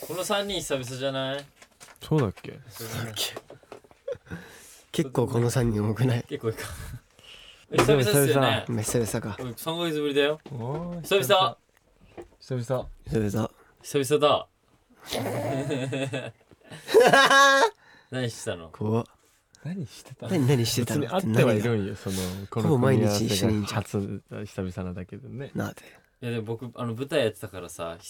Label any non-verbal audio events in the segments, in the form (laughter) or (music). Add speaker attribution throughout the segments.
Speaker 1: この3人久々じゃない
Speaker 2: そうだっけ
Speaker 3: 結構この3人多くない
Speaker 1: 結構
Speaker 2: (laughs)
Speaker 1: いいか久々ですよね
Speaker 3: めっささか
Speaker 1: 3ヶ月ぶりだよ
Speaker 2: おー
Speaker 1: 久々
Speaker 2: 久々
Speaker 3: それだ
Speaker 1: 久々だ (laughs) 何してたの
Speaker 3: 怖っ
Speaker 2: 何してた
Speaker 3: 何何してた
Speaker 2: 別
Speaker 3: の
Speaker 2: に会ってはい
Speaker 3: 何
Speaker 2: るんよそのこ
Speaker 3: ほぼ
Speaker 2: の
Speaker 3: 毎
Speaker 2: 組み合
Speaker 3: 日
Speaker 2: わせ
Speaker 3: 一緒にいん
Speaker 2: が
Speaker 3: じゃん
Speaker 2: 初だ久々なだけでね
Speaker 3: がなあで
Speaker 1: いやでも僕あの舞台やってたからさひ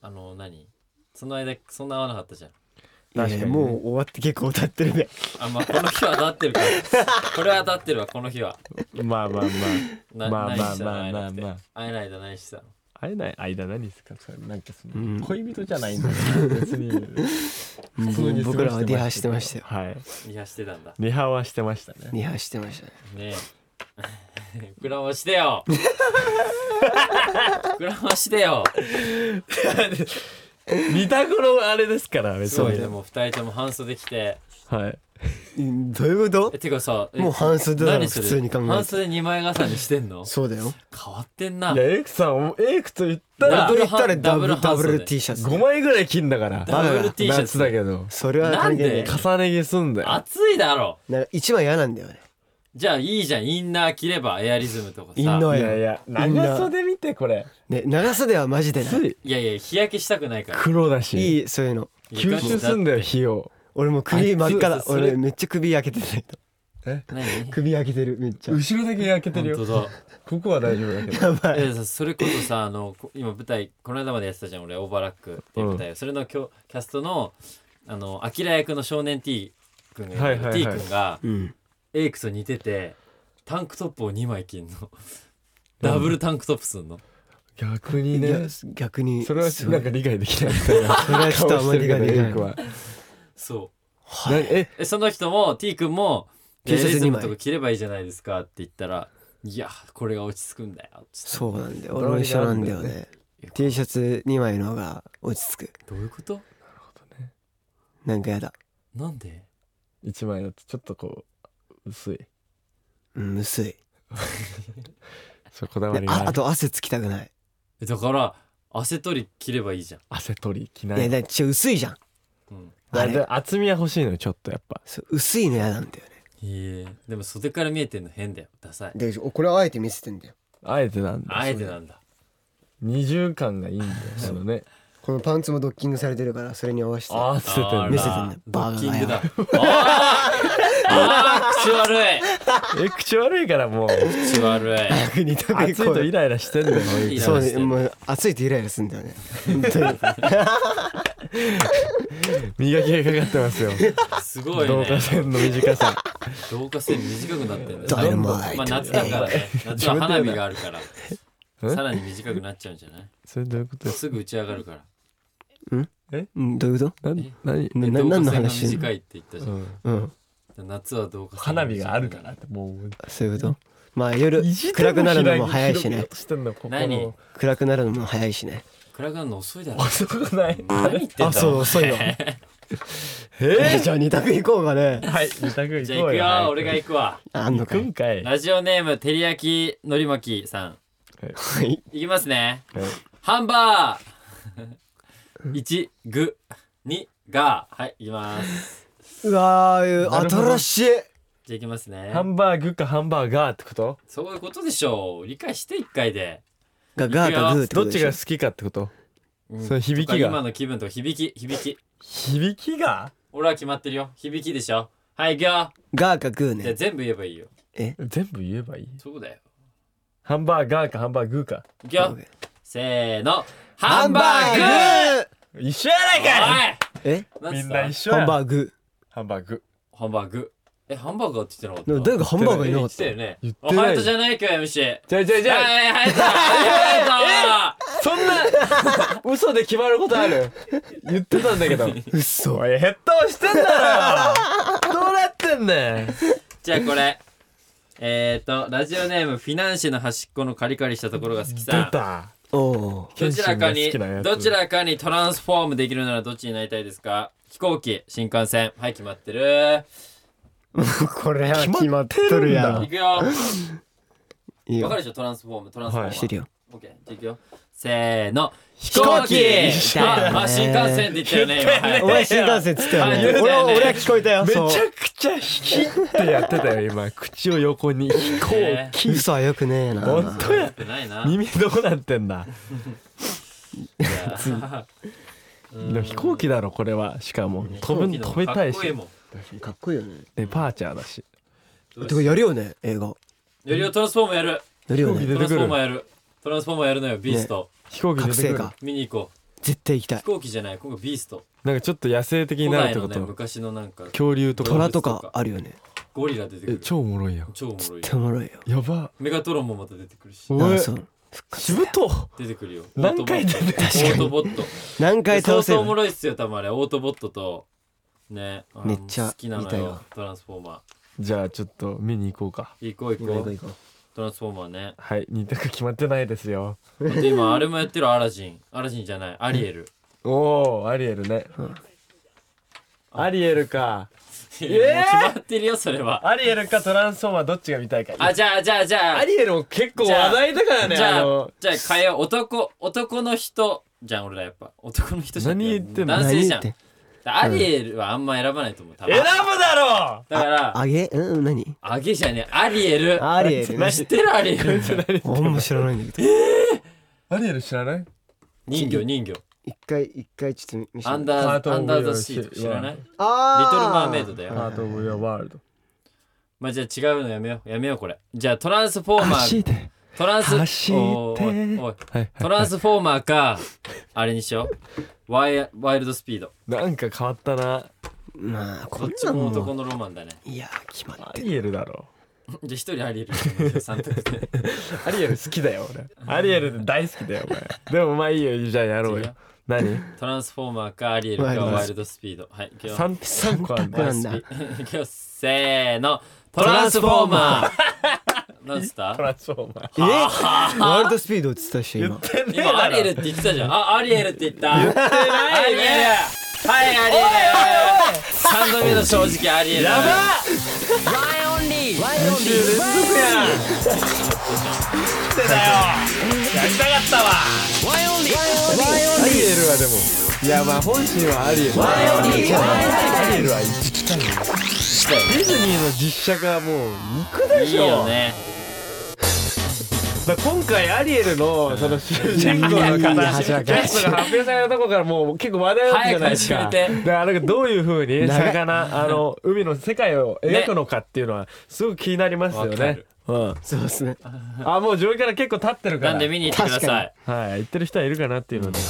Speaker 1: あの何その間そんな会わなかったじゃん
Speaker 3: いや
Speaker 2: 確か
Speaker 3: いや
Speaker 2: にね
Speaker 3: もう終わって結構経ってるね
Speaker 1: あまあこの日は当たって
Speaker 2: (laughs)
Speaker 1: るからこれは当たってるわこの日は
Speaker 2: まあまあまあ
Speaker 1: な
Speaker 2: まあまあ
Speaker 1: 何してたの
Speaker 2: まあ
Speaker 1: 会えなくて
Speaker 2: まあまあ
Speaker 1: 会えないだ何してたの
Speaker 2: 会えない間何ですかそれなんかその、
Speaker 3: うん
Speaker 2: 恋人じゃないんだから別に普通に過ごしてましたけど
Speaker 3: 僕らはリハしてましたよ
Speaker 2: はい
Speaker 1: リハしてたんだ
Speaker 2: リハはしてましたね
Speaker 3: リハしてましたね
Speaker 1: ねえ (laughs) 膨らまして
Speaker 2: (laughs)
Speaker 1: よ膨らましてよ
Speaker 2: 見た頃あれですから別
Speaker 1: すごい
Speaker 2: に
Speaker 1: でも二人とも半袖着て
Speaker 2: はい
Speaker 3: うんどういうこ
Speaker 1: えてかさ
Speaker 3: ともう半袖
Speaker 1: 袖
Speaker 3: だろ普通に考え
Speaker 1: 半
Speaker 3: て
Speaker 1: 袖二枚重ねしてんの
Speaker 3: そうだよ
Speaker 1: 変わってんない
Speaker 2: やエイクさんおエイクと言った
Speaker 1: ダ
Speaker 3: 本
Speaker 2: ら
Speaker 1: ブ
Speaker 3: 当
Speaker 1: ル
Speaker 3: に言ったらダブル
Speaker 1: ダ
Speaker 3: ダ
Speaker 1: ブ
Speaker 3: ブ
Speaker 1: ル
Speaker 3: ル T シャツ
Speaker 2: 5枚ぐらい金だから
Speaker 1: ダブ
Speaker 3: バカ
Speaker 1: ル
Speaker 3: だ
Speaker 1: T シャツ
Speaker 2: 夏だけど
Speaker 3: それは
Speaker 1: なん
Speaker 3: 関係
Speaker 1: で
Speaker 3: ない
Speaker 2: 重ね着すんだよ
Speaker 1: 暑いだろ
Speaker 3: なんか一番嫌なんだよね
Speaker 1: じゃあいいじゃんインナー着ればエアリズムとかさ
Speaker 3: インナー
Speaker 2: いやいや
Speaker 3: みんな
Speaker 2: 長袖見てこれ
Speaker 3: ね長袖はマジでない
Speaker 2: つい
Speaker 1: いやいや日焼けしたくないから
Speaker 2: 黒だし
Speaker 3: いいそういうの
Speaker 2: 吸収すんだよ
Speaker 1: いや
Speaker 2: 費用
Speaker 3: 俺もう首真っ赤
Speaker 2: あい
Speaker 3: だ
Speaker 2: つそれ
Speaker 3: 俺めっちゃ首焼けてないと
Speaker 1: 何
Speaker 3: 首焼けてるめっちゃ
Speaker 2: 後ろだけ焼けてるよ
Speaker 1: 本当だ
Speaker 2: ここは大丈夫だけど
Speaker 3: やばい
Speaker 1: えさそれこそさあのこ今舞台この間までやってたじゃん俺オーバーラックっていう舞台を、それのきょキャストのあのアキラ役の少年 T 君が、
Speaker 2: はいはいはい
Speaker 1: T 君が
Speaker 3: うん
Speaker 1: エイクと似ててタンクトップを2枚着んのダブルタンクトップすんの、
Speaker 2: 逆に
Speaker 3: いや
Speaker 2: ね
Speaker 3: 逆に
Speaker 2: それは
Speaker 3: すご
Speaker 2: ないんか理解できないみたいな
Speaker 3: (laughs) それはちょっとあんまり理解できない
Speaker 2: エイクは
Speaker 1: そう
Speaker 2: なえ
Speaker 1: えその人も T 君も
Speaker 3: T シャツ
Speaker 1: エアリズム
Speaker 3: 二枚
Speaker 1: とか着ればいいじゃないですかって言ったらいやこれが落ち着くんだよつっ
Speaker 3: そうなんだよ俺も一緒なんだよね
Speaker 1: て
Speaker 3: T シャツ2枚の方が落ち着く
Speaker 1: どういうこと
Speaker 3: なんかやだ
Speaker 1: なんで
Speaker 2: 一枚だとちょっとこう薄い
Speaker 3: うん薄い
Speaker 2: そうこだわ
Speaker 3: で
Speaker 2: りがあ
Speaker 3: あ
Speaker 2: る
Speaker 3: あと汗つきたくない
Speaker 1: えだから汗取り着ればいいじゃん、
Speaker 2: 汗取り着
Speaker 3: い
Speaker 2: な
Speaker 3: や
Speaker 2: い
Speaker 3: だってちょ薄いじゃん
Speaker 1: うん、
Speaker 3: あ
Speaker 2: だだ
Speaker 3: れ
Speaker 2: 厚みは欲しいのよちょっとやっぱ
Speaker 3: そう薄いの嫌なんだよね
Speaker 1: へえでも袖から見えてんの変だよダサい
Speaker 3: でこれはあえて見せてんだよ
Speaker 2: あえてなんだ
Speaker 1: あえてなんだ
Speaker 2: 二重感がいいんだよそのね
Speaker 3: このパンツもドッキングされてるからそれに合わせ
Speaker 2: 合わせてん
Speaker 1: あ
Speaker 2: だ
Speaker 1: ら
Speaker 3: 見せてんだよ
Speaker 1: ド
Speaker 3: バ
Speaker 1: ッ
Speaker 3: カ
Speaker 1: キン
Speaker 3: が
Speaker 1: グ
Speaker 3: よ
Speaker 1: だあーあー口悪い
Speaker 2: え口悪いから
Speaker 3: (laughs)
Speaker 2: もう
Speaker 1: 口悪い
Speaker 3: 逆に特に
Speaker 2: 暑い
Speaker 3: こう
Speaker 2: とイライラしてんだよ
Speaker 1: イラ
Speaker 3: そう
Speaker 1: して
Speaker 3: ね
Speaker 1: る
Speaker 3: もう暑いとイライラするんだよね本当に
Speaker 2: 磨きがかかってますよ
Speaker 1: すごい
Speaker 2: 導
Speaker 1: ね
Speaker 2: 火線の短
Speaker 3: (laughs)
Speaker 2: さ
Speaker 1: 導火線短くなってんだ
Speaker 3: ダイナ
Speaker 1: よ
Speaker 3: マイ
Speaker 1: まあ
Speaker 3: ト
Speaker 1: 夏だからね夏は花火があるから
Speaker 2: え
Speaker 1: さらに短くなっちゃうんじゃない
Speaker 2: それどういうこと
Speaker 1: すぐ打ち上がるから
Speaker 3: うんどういうこ
Speaker 2: なん何
Speaker 1: で
Speaker 3: なな何の
Speaker 1: 導火
Speaker 3: 話
Speaker 1: 線が短いって言ったじゃん
Speaker 3: とうん
Speaker 1: 夏は導火線
Speaker 2: 花火があるからってもう
Speaker 3: そういうことまあ夜暗くなるのも早いしね
Speaker 1: 何
Speaker 2: 何
Speaker 3: 暗くなるのも早いしね
Speaker 1: 暗くなるの遅いだろ
Speaker 2: 遅くない
Speaker 1: 何言ってん
Speaker 3: あ
Speaker 1: だ
Speaker 3: そう
Speaker 1: ろ (laughs)
Speaker 3: 遅いのえじゃあ2択行こうかね
Speaker 2: はい二択い
Speaker 1: じ
Speaker 2: こ
Speaker 1: ゃ
Speaker 2: う
Speaker 1: あ行くよ
Speaker 2: はい
Speaker 1: 俺が行くわ
Speaker 3: あんの
Speaker 2: 行
Speaker 3: か
Speaker 2: く
Speaker 3: い
Speaker 2: んかい
Speaker 1: ラジオネームてりやきのりまきさん
Speaker 3: はい
Speaker 1: いきますね
Speaker 2: はい
Speaker 1: ハンバー1具2がはいいきます
Speaker 3: うわー
Speaker 2: なるほど
Speaker 3: 新しい
Speaker 1: じゃあいきますね
Speaker 2: ハンバーグかハンバーガーってこと
Speaker 1: そういうことでしょう理解して一回で
Speaker 3: がガーかグーって
Speaker 2: ど
Speaker 3: こと
Speaker 2: っ
Speaker 3: で
Speaker 2: ち
Speaker 3: しょ
Speaker 2: が好きかってこと
Speaker 1: うん
Speaker 2: それ響きが
Speaker 1: とか今の気分とか響き響き
Speaker 2: 響きが
Speaker 1: 俺は決まってるよ響きでしょはい行くよ
Speaker 3: ガーかグー
Speaker 1: じゃあ
Speaker 3: ね
Speaker 1: 全部言えばいいよ
Speaker 2: 全部言えばいい
Speaker 1: そうだよ
Speaker 2: ハンバーガーかハンバーグーか
Speaker 1: 行くよせーのハ
Speaker 3: ハ
Speaker 1: ン
Speaker 3: ン
Speaker 1: バ
Speaker 3: バ
Speaker 1: ーグ
Speaker 3: ーグ
Speaker 2: 一緒やないかい
Speaker 3: ーえ
Speaker 1: おい
Speaker 2: みんな一
Speaker 1: 緒
Speaker 2: 緒や
Speaker 3: ハンバーグ
Speaker 2: ハンバーグ
Speaker 1: ハンバーグえハンバーガーって言って
Speaker 3: で
Speaker 1: な
Speaker 3: も
Speaker 1: かった
Speaker 3: 誰かハンバーガーいなか
Speaker 1: 言
Speaker 3: っ
Speaker 1: ったてたよね
Speaker 2: 言って
Speaker 1: お
Speaker 2: ない
Speaker 1: ハヤトじゃないかよ MC
Speaker 2: じゃあじゃあじゃあ
Speaker 1: はいはいは
Speaker 2: そんな (laughs) 嘘で決まることある言ってたんだけど
Speaker 3: うっそ
Speaker 2: おいヘッドしてんだろどうなってんねん
Speaker 1: じゃあこれえっとラジオネームフィナンシェの端っこのカリカリしたところが好きさん
Speaker 2: た
Speaker 3: おお
Speaker 1: どちらかに
Speaker 2: 謙信が好きなやつ
Speaker 1: どちらかにトランスフォームできるならどっちになりたいですか飛行機新幹線はい決まってる
Speaker 3: ーこれは
Speaker 2: 決
Speaker 3: 決
Speaker 2: ま
Speaker 3: ま
Speaker 2: っ
Speaker 3: って
Speaker 2: る
Speaker 3: とる
Speaker 2: んだ
Speaker 3: や
Speaker 1: い
Speaker 3: ん
Speaker 1: くよ
Speaker 3: いい
Speaker 1: わ
Speaker 3: よ
Speaker 1: かるでしょトランスフォームトランスフォーム
Speaker 2: はい
Speaker 3: してるよ
Speaker 1: オッケーじゃあいくよせーの飛
Speaker 3: 行機
Speaker 1: あまあ新幹線って言ったよね今はい
Speaker 3: お前新幹線っつったよ
Speaker 1: あ
Speaker 3: ね
Speaker 1: 言うたよね
Speaker 3: 俺は俺は聞こえたよ
Speaker 2: めちゃ
Speaker 3: そう
Speaker 2: くちゃ引きってやってたよ今口を横に飛行
Speaker 1: ね
Speaker 2: 機
Speaker 3: 嘘はよくねえな
Speaker 2: 本当や
Speaker 1: 良くないな
Speaker 2: 耳どうなってんだ
Speaker 1: いや
Speaker 2: でも飛行機だろこれはしかも飛ぶ
Speaker 1: 飛行機の
Speaker 2: 飛びたい
Speaker 1: かっこ
Speaker 2: し
Speaker 1: もん
Speaker 3: かっこいいよね
Speaker 2: デパーチャーだして
Speaker 3: かやるよね映画
Speaker 1: よりをトランスフォームやる
Speaker 3: やるよ
Speaker 2: 飛行機
Speaker 3: ね
Speaker 1: トラ
Speaker 2: 出て
Speaker 1: ンス
Speaker 2: く
Speaker 1: フォーム
Speaker 2: る
Speaker 1: やるトランスフォームやるのよビースト、
Speaker 2: 飛行機
Speaker 3: 覚
Speaker 2: 出て
Speaker 3: 醒
Speaker 2: くる
Speaker 3: か
Speaker 1: 見に行こう
Speaker 3: 絶対行きたい
Speaker 1: 飛行機じゃない今回ビースト
Speaker 2: なんかちょっと野生的に
Speaker 1: 古
Speaker 2: なる
Speaker 1: 代
Speaker 2: って
Speaker 1: の
Speaker 2: こ
Speaker 1: ね
Speaker 2: と
Speaker 1: 昔のなんか
Speaker 2: 恐竜とか
Speaker 3: 虎とかあるよね
Speaker 1: ゴリラ出てくる
Speaker 2: 超おもろいやん
Speaker 1: 超おもろいよ
Speaker 3: っておもろいよ
Speaker 2: やば
Speaker 1: メガトロンもまた出てくるし
Speaker 2: お
Speaker 3: な
Speaker 2: 前
Speaker 3: あそう
Speaker 2: しぶと
Speaker 1: 出てくるよ
Speaker 2: 何回出て
Speaker 1: オートボットオートボット
Speaker 3: 何回倒
Speaker 1: 相
Speaker 3: せ
Speaker 1: 当お
Speaker 3: る
Speaker 1: もろいっすよ多分あれオートボットとねあの
Speaker 3: めっちゃ
Speaker 1: 好きな
Speaker 3: 見
Speaker 1: の
Speaker 3: たい
Speaker 1: よ
Speaker 3: わ
Speaker 1: トランスフォーマ
Speaker 2: じゃあちょっと見に行こうか
Speaker 1: ー行こう行
Speaker 3: 行こう
Speaker 1: こ
Speaker 3: 行
Speaker 1: う
Speaker 3: こう
Speaker 1: トランスフォーマーね
Speaker 2: はい2択決まってないですよ
Speaker 1: あと今あれもやってるアラジンアラジンじゃないアリ
Speaker 3: (laughs)
Speaker 1: エル
Speaker 2: おおアリエルね
Speaker 3: うん
Speaker 2: アリエルか
Speaker 1: い
Speaker 2: えー
Speaker 1: やもう決まってるよそれは
Speaker 2: アリエルかトランスフォーマーどっちが見たいか
Speaker 1: あじゃあじゃあじゃあ
Speaker 2: アリエルも結構
Speaker 1: じゃあ
Speaker 2: 話題だからね
Speaker 1: じゃ
Speaker 2: あ
Speaker 1: あ
Speaker 2: の
Speaker 1: じゃあ変えよう男男の人じゃん俺らやっぱ男の人じゃん
Speaker 2: 何言ってんの
Speaker 1: 男性じゃん
Speaker 3: 何言って
Speaker 1: アリエルはあんま選ばないと思う多分
Speaker 2: 選ぶだろ
Speaker 1: だから
Speaker 3: あげうん何
Speaker 1: あげじゃねえアリエル
Speaker 3: アリエルね
Speaker 1: 知ってるアリエル
Speaker 3: あんま知らないんだけど
Speaker 2: うアリエル知らない
Speaker 1: 人魚人魚
Speaker 3: 一回一回ちょっと見せて
Speaker 1: アン
Speaker 2: パ
Speaker 1: ダ
Speaker 2: ート
Speaker 1: ー
Speaker 2: オブ
Speaker 1: アンダーザシーとか知らない
Speaker 2: ヨ
Speaker 1: リトル
Speaker 3: あー
Speaker 1: マーメイドだよ
Speaker 2: ハート・オブ・ヨワールド
Speaker 1: まあじゃあ違うのやめようやめようこれじゃあトランスフォーマ
Speaker 2: 走
Speaker 1: ー
Speaker 2: って
Speaker 1: トランス
Speaker 2: 走って
Speaker 1: おいおいおい
Speaker 2: はい
Speaker 1: トランスフォーマーかあれにしようワイワイルドスピード
Speaker 2: なんか変わったな
Speaker 3: まあこ
Speaker 1: どっ
Speaker 3: ん
Speaker 1: ち
Speaker 3: なん
Speaker 1: も
Speaker 3: も
Speaker 1: 男のロマンだね
Speaker 3: いやー決まっ
Speaker 2: ア
Speaker 3: て
Speaker 2: リエルだろ
Speaker 1: じゃあ一人アリエル3択で
Speaker 2: アリエル好きだよ俺アリエル大好きだよお前でもまあいいよじゃあやろう
Speaker 1: 違
Speaker 2: よ
Speaker 1: う
Speaker 2: 何
Speaker 1: トランスフォーマーかアリエルか
Speaker 3: ワイルド
Speaker 1: ワイルドスピードはい今日
Speaker 2: 三三個ある
Speaker 3: 択なんだ
Speaker 1: ワイルド (laughs) スピ今日せーのトランスフォーマーなんつった
Speaker 2: トランスフォーマー
Speaker 3: えワールドスピードっつったっしょ
Speaker 2: 言っ
Speaker 3: 今
Speaker 2: (laughs) てねえ
Speaker 1: 今ア
Speaker 2: だ
Speaker 1: リエル
Speaker 2: ろ
Speaker 1: って言ってたじゃんあアリエルって言った言ってないはいアリエルはいアリエル3度目の正直アリエル
Speaker 2: やば
Speaker 1: ば
Speaker 2: 二週連続やん来てたよやりたかったわアリエルはでもいやまあ本心はアリエルアリエルは一番ディズニーの実写がもう肉で
Speaker 1: いい
Speaker 2: しょ
Speaker 1: よね
Speaker 2: だから今回アリエルのその主人公の
Speaker 3: いやいや
Speaker 2: 方
Speaker 3: 恥
Speaker 2: キ
Speaker 3: ずかしい
Speaker 2: ャストが発表されたとこからもう結構話題だったじゃないですか
Speaker 1: 早く
Speaker 2: だ
Speaker 1: 始
Speaker 2: か
Speaker 1: めて
Speaker 2: らなんかどういうふ (laughs) うに
Speaker 3: 長い
Speaker 2: 魚あの海の世界を描くのかっていうのはすごく気になりますよ
Speaker 1: わか
Speaker 2: ね
Speaker 1: る
Speaker 2: うん
Speaker 3: そうですねは
Speaker 2: あもう上位から結構立ってるか
Speaker 1: な
Speaker 2: ら
Speaker 1: んで見に行ってください
Speaker 2: はい言ってる人はいるかなっていうので
Speaker 3: い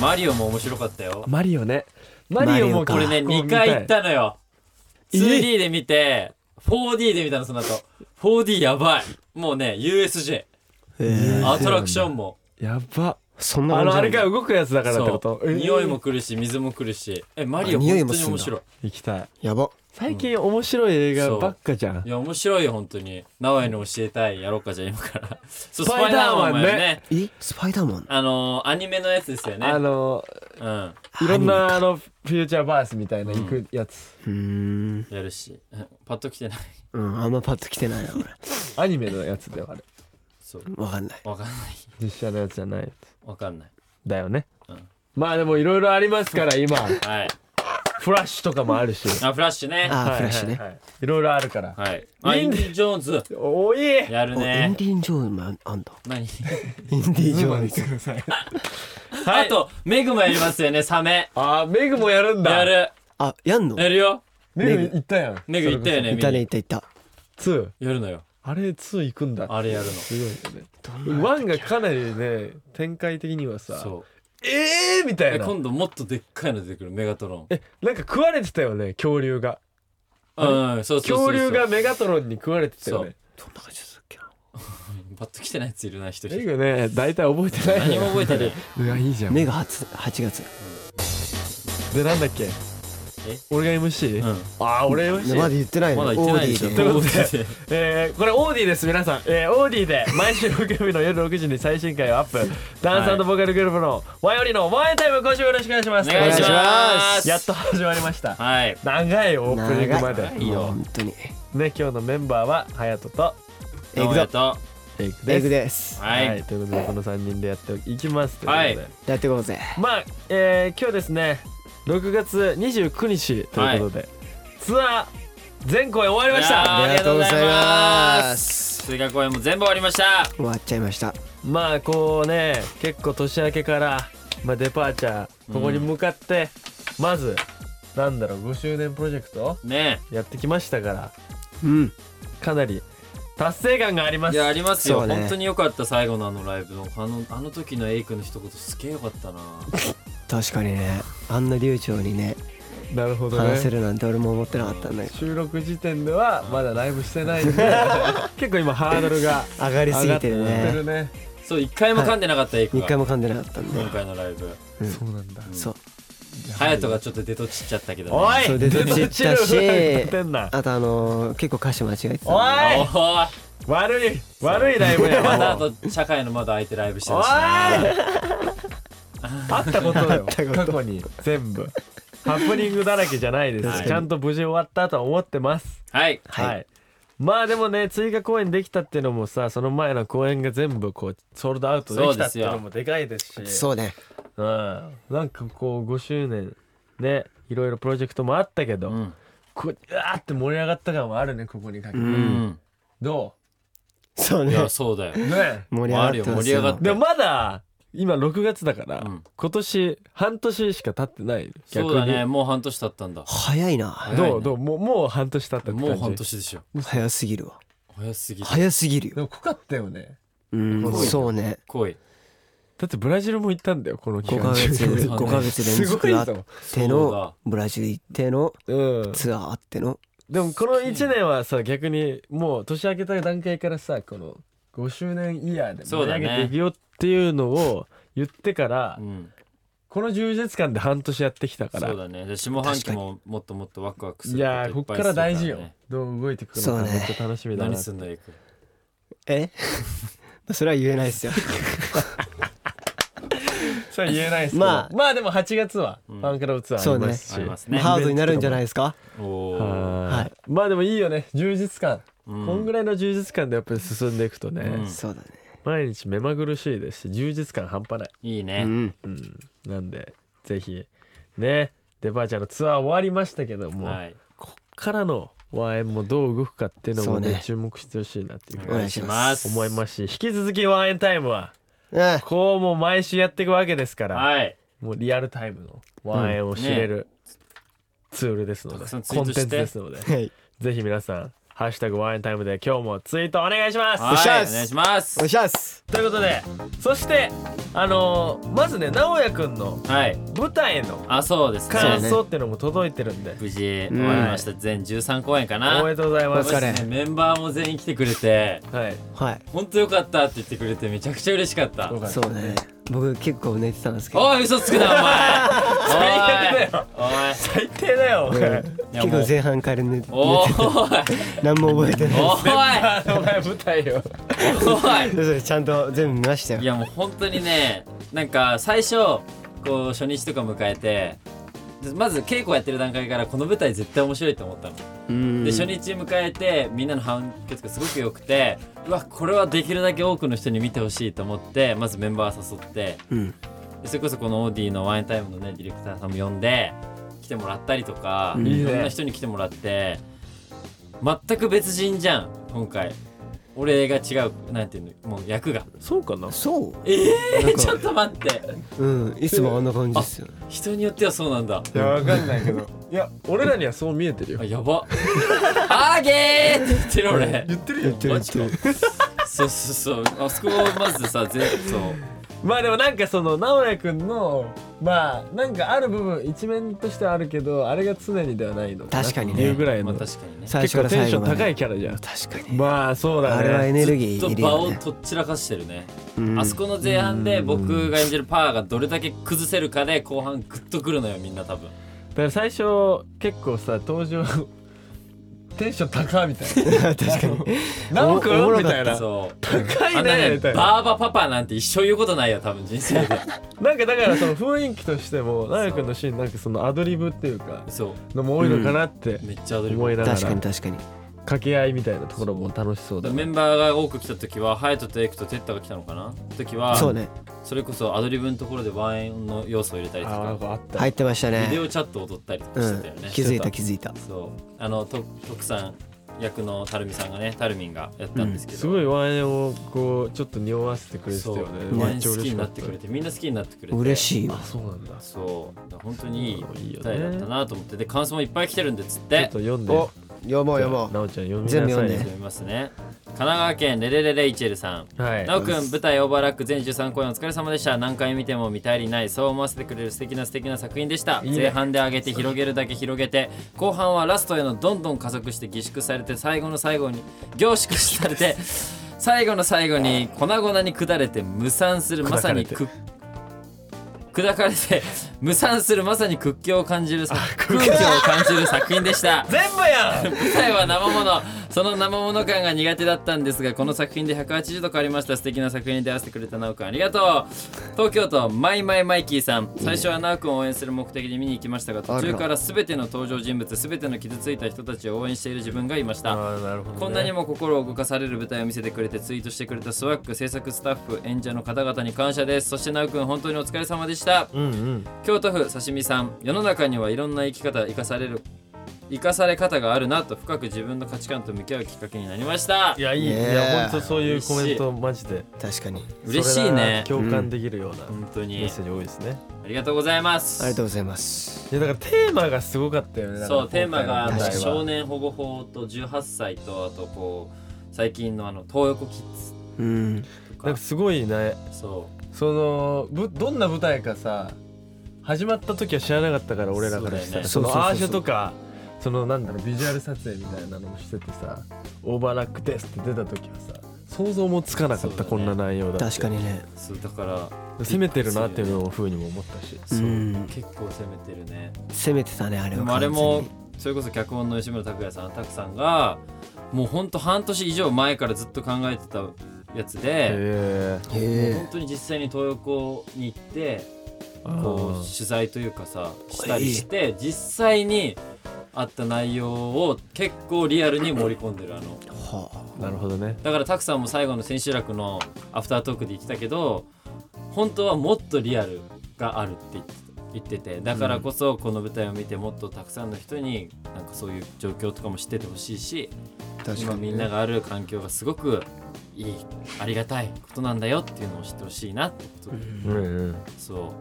Speaker 1: マリオも面白かったよ
Speaker 2: マリオねマリオも
Speaker 3: マリオか
Speaker 1: これね2回行ったのよ
Speaker 2: え
Speaker 1: 2D で見て 4D で見たのその後 4D やばいもうね USJ
Speaker 3: えー
Speaker 1: アトラクションも
Speaker 2: やば
Speaker 3: そんな
Speaker 2: あ
Speaker 3: 感じ
Speaker 2: のあれ
Speaker 3: な
Speaker 2: が
Speaker 3: んだ
Speaker 2: 動くやつだからってこ
Speaker 1: そ
Speaker 2: と
Speaker 1: う
Speaker 2: えー
Speaker 1: 匂いも来るし水も来るしえマリオ
Speaker 3: あ匂い
Speaker 1: 本当
Speaker 3: も
Speaker 1: に
Speaker 3: すんだ
Speaker 1: 面白い
Speaker 2: 行きたい
Speaker 3: やば
Speaker 2: 最近面白い映画ばっかじゃん
Speaker 1: いや面白いよ本当に直江に教えたいやろうかじゃあ今からそうス
Speaker 2: パ
Speaker 1: パ
Speaker 2: イ
Speaker 1: イ
Speaker 2: ダ
Speaker 1: ダ
Speaker 2: ー
Speaker 1: ー
Speaker 2: マ
Speaker 1: マ
Speaker 2: ン
Speaker 1: ン
Speaker 2: ね
Speaker 1: もね
Speaker 3: えスパイダーマン
Speaker 1: あのーアニメのやつですよね
Speaker 2: あの
Speaker 1: うん
Speaker 2: いろんなあのフューチャーバースみたいな行くやつ、
Speaker 3: うーん
Speaker 1: やるし (laughs) パッと来てない
Speaker 3: うんあんまパッと来てないな俺
Speaker 2: アニメのやつではある
Speaker 1: そう
Speaker 3: わかんない
Speaker 1: わかんない
Speaker 2: 実写のやつじゃないやつ
Speaker 1: わかんない
Speaker 2: だよね、
Speaker 1: うん
Speaker 2: まあでもいろいろありますから今
Speaker 1: はい
Speaker 2: フラッシュとかもある (laughs) し
Speaker 1: あフラッシュね
Speaker 3: あ
Speaker 2: はい
Speaker 3: ーフラッシュね
Speaker 2: はいはいいろいろあるから
Speaker 1: はいあ
Speaker 2: いい
Speaker 1: イ
Speaker 2: ん
Speaker 1: ン
Speaker 2: だ
Speaker 1: ディ・ジョーンズ
Speaker 2: おい
Speaker 1: やる
Speaker 3: おイン
Speaker 1: ね
Speaker 3: ディーン・ジョーンもあんだ
Speaker 1: 何
Speaker 3: インディーン・ジョーンみたいな
Speaker 2: ください
Speaker 1: (laughs) あとメグもやりますよねサメ
Speaker 2: あーメグもやるんだ
Speaker 1: やる
Speaker 3: あやんの
Speaker 1: やるよ
Speaker 2: メグ行ったやん
Speaker 1: メグ行ったよね
Speaker 3: い
Speaker 1: み
Speaker 3: た
Speaker 1: ん
Speaker 3: ね
Speaker 1: ない
Speaker 3: たいた
Speaker 2: 2
Speaker 1: やるのよ
Speaker 2: あれ2行くんだ
Speaker 1: あれやるの
Speaker 2: すごいよねワンがかなりね展開的にはさ
Speaker 1: そう
Speaker 2: ええー、みた
Speaker 1: え
Speaker 2: いな
Speaker 1: 今度もっとでっかいの出てくるメガトロン
Speaker 2: えなんか食われてたよね恐竜が
Speaker 1: うんそうそうそうそう
Speaker 2: 恐竜がメガトロンに食われてたよね
Speaker 3: どんな感じだったっけな
Speaker 1: パッと来てないやついるな一
Speaker 2: メ
Speaker 1: 人
Speaker 2: グね大体覚えてない
Speaker 1: 何も覚えてない
Speaker 2: うわいいじゃん
Speaker 3: 目が初8月
Speaker 2: でなんだっけ
Speaker 1: え
Speaker 2: 俺が MC、
Speaker 1: う
Speaker 2: あ
Speaker 1: ん
Speaker 2: あー俺が
Speaker 3: まだ
Speaker 2: MC
Speaker 3: 言ってないの
Speaker 1: まだ行ってないで
Speaker 3: オ
Speaker 1: しょ
Speaker 3: ー
Speaker 2: と
Speaker 3: デ
Speaker 2: い
Speaker 3: ィ
Speaker 2: う
Speaker 1: オーディ
Speaker 2: ことで、えー、これオーディです皆さん、えー、オーディで毎週木曜日の夜6時に最新回をアップダンスボーカルグループのワイオリンのワインタイム今週もよろしくお願いします
Speaker 1: お願いし
Speaker 3: お願
Speaker 1: ま
Speaker 3: いし
Speaker 1: す
Speaker 2: やっと始まりました
Speaker 1: はい
Speaker 2: 長いオープニングまで
Speaker 3: 長
Speaker 1: いいよ
Speaker 3: もう本当に
Speaker 2: ね今日のメンバーはハヤトと
Speaker 1: どうもありがとう
Speaker 2: えベイク
Speaker 3: ベイ
Speaker 2: で
Speaker 3: クです
Speaker 2: す。
Speaker 1: はい
Speaker 2: ということでこの3人でやっていきますということで、
Speaker 1: はい
Speaker 3: やっていこうぜ
Speaker 2: まあ、えー今日ですね6月29日ということで、ツアー全公演終わりまし
Speaker 1: いや
Speaker 2: た
Speaker 1: ーありがとうございます
Speaker 3: ありがとうござ
Speaker 1: 追加公演
Speaker 3: います
Speaker 1: も全部終わりました
Speaker 3: 終わっちゃいました
Speaker 2: まあこうね結構年明けから、まあ、デパーチャーここに向かって、まずなんだろう5周年プロジェクト
Speaker 1: ね
Speaker 2: やってきましたから
Speaker 3: うん
Speaker 2: かなり達成感がありま
Speaker 1: い
Speaker 2: す
Speaker 1: やありますよ、
Speaker 3: そうね
Speaker 1: 本当に良かった最後のあのライブのあのあの時のエイクの一言すげえ良かったな
Speaker 3: 確かにねあんな流暢にね
Speaker 2: なるほどね
Speaker 3: 話せるなんて俺も思ってなかったんだけど
Speaker 2: 収録時点ではまだライブしてないんで結構今ハードルが
Speaker 3: 上がりすぎてる
Speaker 2: 上がって
Speaker 3: ね
Speaker 2: るね
Speaker 1: そう一回も噛んでなかったエイク
Speaker 3: 一
Speaker 1: が
Speaker 3: 回も噛んでなかったんで
Speaker 1: 今回のライブ
Speaker 2: そうなんだ
Speaker 3: そう
Speaker 1: 隼人がちょっと出とちっちゃったけどね、
Speaker 2: お
Speaker 3: そ
Speaker 2: い
Speaker 3: れで出てったし
Speaker 2: 出てんな
Speaker 3: あとあのー結構歌詞間違えてたん
Speaker 2: おい
Speaker 3: だ
Speaker 1: おー
Speaker 2: 悪い悪いライブや
Speaker 1: まだ
Speaker 2: な
Speaker 1: あ
Speaker 2: もう
Speaker 1: と社会の窓開いてライブして
Speaker 2: お
Speaker 1: る
Speaker 2: い
Speaker 1: しな
Speaker 2: あったことだよ
Speaker 3: あったこ
Speaker 2: 過
Speaker 3: と
Speaker 2: 去に全部ハプニングだらけじゃないで
Speaker 1: は
Speaker 2: す
Speaker 1: い
Speaker 2: ちゃんと無事終わったとは思ってます
Speaker 1: はい
Speaker 3: はい
Speaker 2: まあでもね追加公演できたっていうのもさその前の公演が全部こうソールドアウトできたっていうのもでかいですし
Speaker 3: そうね
Speaker 2: うん、なんかこう5周年ねいろいろプロジェクトもあったけど、
Speaker 1: うん
Speaker 2: こううわーって盛り上がった感はあるねここにかけて、
Speaker 1: う、
Speaker 3: うん
Speaker 2: ど
Speaker 3: そう
Speaker 1: い
Speaker 3: ね
Speaker 1: やそうだよ
Speaker 2: うね
Speaker 3: 盛り上がってますよ
Speaker 1: もうあるよ盛り上がって
Speaker 2: でもまだ今6月だから、
Speaker 1: うん
Speaker 2: 今年半年しか経ってない逆に
Speaker 1: そうだねもう半年経ったんだ
Speaker 3: 早いな
Speaker 1: 早い
Speaker 2: ど
Speaker 1: ね
Speaker 2: うどうもうもう半年経ったって感じ
Speaker 1: もう半年でしょ
Speaker 3: 早すぎるわ
Speaker 1: 早すぎる
Speaker 3: 早すぎる
Speaker 2: で
Speaker 3: よ
Speaker 2: も濃かったよね
Speaker 3: うんそうね
Speaker 1: 恋
Speaker 2: だってブラジルも行ったんだよこの期
Speaker 3: 5
Speaker 2: 間 (laughs)
Speaker 3: ヶ月
Speaker 2: 中
Speaker 3: ,5 ヶ月連
Speaker 2: すご
Speaker 3: 続
Speaker 2: い
Speaker 3: だっ
Speaker 2: ぞ、
Speaker 3: て
Speaker 1: そうだ
Speaker 3: のブラジル行っての
Speaker 2: うん、
Speaker 3: ツアーあっての
Speaker 2: でもこの1年はさ逆にもう年明けた段階からさこの5周年イヤーで盛り上げていくよっていうのを言ってから、
Speaker 1: うん
Speaker 2: この充実感で半年やってきたか
Speaker 1: そう
Speaker 2: ら
Speaker 1: だねで下半期ももっともっとワクワクす
Speaker 2: い
Speaker 1: る
Speaker 2: やーこっ
Speaker 1: といぱ
Speaker 2: か
Speaker 1: い
Speaker 2: ら
Speaker 1: する
Speaker 2: 大事よ、
Speaker 1: ね
Speaker 2: どう動いてくる
Speaker 3: そ
Speaker 2: の
Speaker 3: う
Speaker 2: か
Speaker 3: ね
Speaker 2: めっちゃ楽しみだな
Speaker 1: 何すんのエイク
Speaker 3: え (laughs) それは言えないですよ
Speaker 2: それは言えないですけどま
Speaker 3: ま
Speaker 2: あ
Speaker 3: あ
Speaker 2: まあでも8月はファンクラブツアーありますし、
Speaker 1: ありますね
Speaker 3: ハードになるんじゃないですか
Speaker 1: おおー
Speaker 2: は
Speaker 3: はい
Speaker 2: まあでもいいよね充実感、
Speaker 1: うん
Speaker 2: こんぐらいの充実感でやっぱり進んでいくとね、
Speaker 1: うん
Speaker 3: そうだね
Speaker 2: 毎日目まぐるしいですし充実感半端ない
Speaker 1: いいうね
Speaker 3: ん
Speaker 2: うん、なんでぜひねデパーチャーのツアー終わりましたけども、
Speaker 1: はい
Speaker 2: こっからの和円もどう動くかっていうのもね
Speaker 3: そうね
Speaker 2: 注目してほしいなっていう
Speaker 1: お
Speaker 2: ふうに
Speaker 1: 願いします
Speaker 2: 思いますし引き続き和円タイムは
Speaker 3: うん
Speaker 2: こうもう毎週やっていくわけですから、
Speaker 1: はい
Speaker 2: もうリアルタイムの和円を知れる、ツールですの
Speaker 1: た
Speaker 2: で
Speaker 1: くさんツイ
Speaker 2: コ
Speaker 1: ー
Speaker 2: ンテ
Speaker 1: ト
Speaker 2: ン
Speaker 1: して
Speaker 2: ツですので (laughs)
Speaker 3: はい
Speaker 2: ぜひ皆さん「ハッシュタグワインタイム」で今日もツイートお願いします
Speaker 1: はい
Speaker 3: っしゃい
Speaker 1: お願いします
Speaker 3: お願いします
Speaker 2: ということでそしてあのーまずね直哉くんの
Speaker 1: はい
Speaker 2: 舞台の
Speaker 1: あそうですね
Speaker 2: 感想ってのも届いてるんで、
Speaker 1: 無事終わりました全13公演かな
Speaker 2: おめでとうございます
Speaker 3: お疲れ
Speaker 1: そうですねメンバーも全員来てくれて
Speaker 2: はい
Speaker 3: はい
Speaker 1: 本当よかったって言ってくれてめちゃくちゃ嬉しかった
Speaker 2: そうか
Speaker 3: そうね僕結構寝てたんですけど
Speaker 1: おい嘘つくなお
Speaker 2: (laughs)
Speaker 1: 前
Speaker 2: 最悪だよ
Speaker 1: おい
Speaker 2: 最低だよお
Speaker 3: うん
Speaker 2: 前
Speaker 3: 結
Speaker 2: (laughs)
Speaker 1: いや
Speaker 3: 構
Speaker 1: もう
Speaker 3: 前半から寝て
Speaker 1: お
Speaker 3: 寝
Speaker 1: い
Speaker 3: てた何も覚えてない
Speaker 1: おい
Speaker 2: あの前舞台を
Speaker 1: おい
Speaker 3: そうそうちゃんと全部見ました
Speaker 1: い
Speaker 3: よ
Speaker 1: やもう本当にねなんか最初こう初日とか迎えてでまず稽古やってる段階からこの舞台絶対面白いと思ったの、
Speaker 3: うん
Speaker 1: で初日迎えてみんなの反響がすごく良くてうわこれはできるだけ多くの人に見てほしいと思ってまずメンバー誘って
Speaker 3: うん
Speaker 1: でそれこそこのオーディのワインタイムのねディレクターさんも呼んで来てもらったりとか、
Speaker 3: うん
Speaker 2: いいね
Speaker 1: いろんな人に来てもらって全く別人じゃん今回俺が違うなんていうのもう役が
Speaker 2: そうかな
Speaker 3: そ
Speaker 1: ええ
Speaker 3: なん
Speaker 1: ー、
Speaker 3: か
Speaker 1: (laughs) ちょっと待って
Speaker 3: ううんいつもあんな感じですよ
Speaker 1: 人によってはそうなんだ
Speaker 2: いやわかんないけどいや俺らにはそう見えてるよ
Speaker 1: あやば (laughs) あーげーって言ってる俺
Speaker 2: 言ってる
Speaker 3: 言って
Speaker 1: マ
Speaker 3: る言っ
Speaker 1: ジ
Speaker 3: て
Speaker 1: か
Speaker 3: る
Speaker 1: そうそうそうあそこをまずさ全そう
Speaker 2: まあでもなんかその直哉くんのまあなんかある部分一面としてはあるけどあれが常にではないのな
Speaker 3: 確かに
Speaker 2: っ
Speaker 3: ね
Speaker 2: ていうぐらい
Speaker 1: ま
Speaker 2: の、
Speaker 1: あ確かにね
Speaker 3: 最
Speaker 2: 結
Speaker 3: 初
Speaker 2: 構
Speaker 3: から
Speaker 2: テン
Speaker 3: 最
Speaker 2: ショ
Speaker 3: 後
Speaker 2: ン
Speaker 3: ま
Speaker 2: 高
Speaker 3: で
Speaker 2: いキャラじゃん
Speaker 3: 確かに
Speaker 2: まあそうだ
Speaker 3: あれはエ
Speaker 2: ね
Speaker 3: ネルギ
Speaker 1: ず
Speaker 3: ー
Speaker 1: っ
Speaker 3: い
Speaker 1: と
Speaker 3: る
Speaker 1: 場
Speaker 3: よ
Speaker 1: を
Speaker 3: ね
Speaker 1: とっちらかしてるね
Speaker 3: うん
Speaker 1: あそこの前半で僕が演じるパーがどれだけ崩せるかで後半グッとくるのよみんな多分
Speaker 2: だから最初結構さ登場 (laughs) テンション高いみたいな
Speaker 3: (laughs) 確かに
Speaker 2: 直く
Speaker 3: おおも
Speaker 2: んみ
Speaker 3: ろかった
Speaker 2: た (laughs) いな
Speaker 1: そう
Speaker 2: 高
Speaker 1: あ
Speaker 2: い
Speaker 1: んな
Speaker 2: ね
Speaker 1: ね
Speaker 2: みたいな
Speaker 1: バーバパパなんて一生言うことないよ多分人
Speaker 2: (laughs)
Speaker 1: 生で
Speaker 2: なんかだからその雰囲気としても直哉くんのシーンなんかそのアドリブっていうか
Speaker 1: そ
Speaker 2: のも多いのかなって
Speaker 1: うめっちゃアドリ
Speaker 2: 思い
Speaker 1: ブ
Speaker 2: ながら
Speaker 3: 確かに確かに
Speaker 2: 掛け合いみたいなところも楽しそうだ
Speaker 1: メンバーが多く来た時は隼人とエイクとテッタが来たのかな時は
Speaker 3: そうね
Speaker 1: それこそアドリブのところでワインの要素を入れたりと
Speaker 2: あなん
Speaker 1: か
Speaker 2: かあった
Speaker 3: 入ってました
Speaker 1: ビデ
Speaker 3: ね
Speaker 1: オチャットを踊ったりとか
Speaker 3: う
Speaker 1: して
Speaker 3: ん
Speaker 1: たよね、
Speaker 3: 気づいた気づいた
Speaker 1: そうあのと徳さん役のたるみさんがねたるみんがやったんですけど、
Speaker 2: すごいワインをこうちょっと匂わせてくれてた
Speaker 1: そう
Speaker 2: よね
Speaker 1: ワイン
Speaker 2: 超
Speaker 1: 好
Speaker 2: 嬉
Speaker 1: き
Speaker 2: し
Speaker 1: に
Speaker 2: か
Speaker 1: なっ
Speaker 2: っ
Speaker 1: たてくれてみんな好きになってくれて
Speaker 3: 嬉しいわ
Speaker 2: あそうなんだち
Speaker 1: そうだから本当にいい
Speaker 2: いいよね
Speaker 1: 舞台だったなと思ってで感想もいっぱい来てるんでつっ
Speaker 2: ょってと読んで
Speaker 3: お読もう読も
Speaker 2: なおちゃん読みなさい
Speaker 3: 全部読んで
Speaker 1: 読みますね神奈川県レレレレイチェルさん
Speaker 2: はい
Speaker 1: なおくん舞台オーバーラック全13公演お疲れ様でした何回見ても見たりないそう思わせてくれる素敵な素敵な作品でした
Speaker 2: いいね
Speaker 1: 前半で上げて広げるだけ広げて後半はラストへのどんどん加速して萎縮されて最後の最後に凝縮され
Speaker 2: (laughs)
Speaker 1: て最後の最後に粉々に砕れて無産するまさにく砕かれて (laughs) 無産するまさに屈強を感じるさ空虚を感じる作品でした
Speaker 2: 全部やん
Speaker 1: 舞台は生ものその生もの感が苦手だったんですがこの作品で180度変わりました素敵な作品に出会わせてくれたなおくんありがとう東京都マイマイマイキーさん最初はなおくんを応援する目的で見に行きましたが途中から全ての登場人物全ての傷ついた人たちを応援している自分がいました
Speaker 2: あーなるほどね
Speaker 1: こんなにも心を動かされる舞台を見せてくれてツイートしてくれたスワック制作スタッフ演者の方々に感謝ですそしてなおくん本当にお疲れ様でした
Speaker 2: うんうん
Speaker 1: 京都府刺身さん世の中にはいろんな生き方生かされる生かされ方があるなと深く自分の価値観と向き合うきっかけになりました
Speaker 2: いやいい、
Speaker 3: ねえ
Speaker 2: いや本当そういうコメントマジで
Speaker 3: う確かに
Speaker 1: 嬉しいね
Speaker 2: それが共感できるような
Speaker 1: 本当
Speaker 2: メ
Speaker 1: に
Speaker 2: ッセージ多いですね、
Speaker 1: ありがとうございます
Speaker 3: ありがとうございます
Speaker 2: いやだからテーマがすごかったよね
Speaker 1: そうテーマが
Speaker 3: 今回の
Speaker 1: あの
Speaker 3: 話
Speaker 1: 少
Speaker 2: 年
Speaker 1: 年保護法と18歳とあとこう最近のあの東横キッズ
Speaker 3: うん
Speaker 1: とか
Speaker 2: なんかすごいね
Speaker 1: そう
Speaker 2: そのぶどんな舞台かさ始まった時は知らなかったから俺らからしたらそ
Speaker 3: そ
Speaker 2: う
Speaker 3: だよね
Speaker 2: のア
Speaker 3: そうそうそ
Speaker 2: ーシャと
Speaker 3: うそう
Speaker 2: かそのなんだろうビジュアル撮影みたいなのもしててさ「オーバーラックです」って出た時はさ想像もつかなかっ
Speaker 1: そう
Speaker 2: た、
Speaker 1: だね
Speaker 2: こんな内容だって
Speaker 3: 確かにね
Speaker 1: そうだから
Speaker 2: 攻めてるなっていうのを風にも思ったし
Speaker 1: そう
Speaker 3: うん
Speaker 1: 結構攻めてるね
Speaker 3: 攻めてたねあ
Speaker 1: で
Speaker 3: れは
Speaker 1: もあれ
Speaker 3: 完
Speaker 1: も
Speaker 3: 全に
Speaker 1: それこそ脚本の吉村拓哉さん拓さんがもうほんと半年以上前からずっと考えてたやつで、
Speaker 2: へえ
Speaker 3: へ
Speaker 1: 本当に実際に東横に行ってこう取材というかさしたりして実際にあった内容を結構リアルに盛り込んでるあの
Speaker 3: えは
Speaker 2: なるほどね
Speaker 1: だからたくさんも最後の千秋楽のアフタートークで言ってたけど本当はもっとリアルがあるって言って言っててだからこそこの舞台を見てもっとたくさんの人になんかそういう状況とかも知っててほしいし
Speaker 3: あ確
Speaker 1: 今
Speaker 3: かに
Speaker 1: みんながある環境がすごくいいありがたいことなんだよっていうのを知ってほしいなってことで
Speaker 2: うんうん
Speaker 1: そ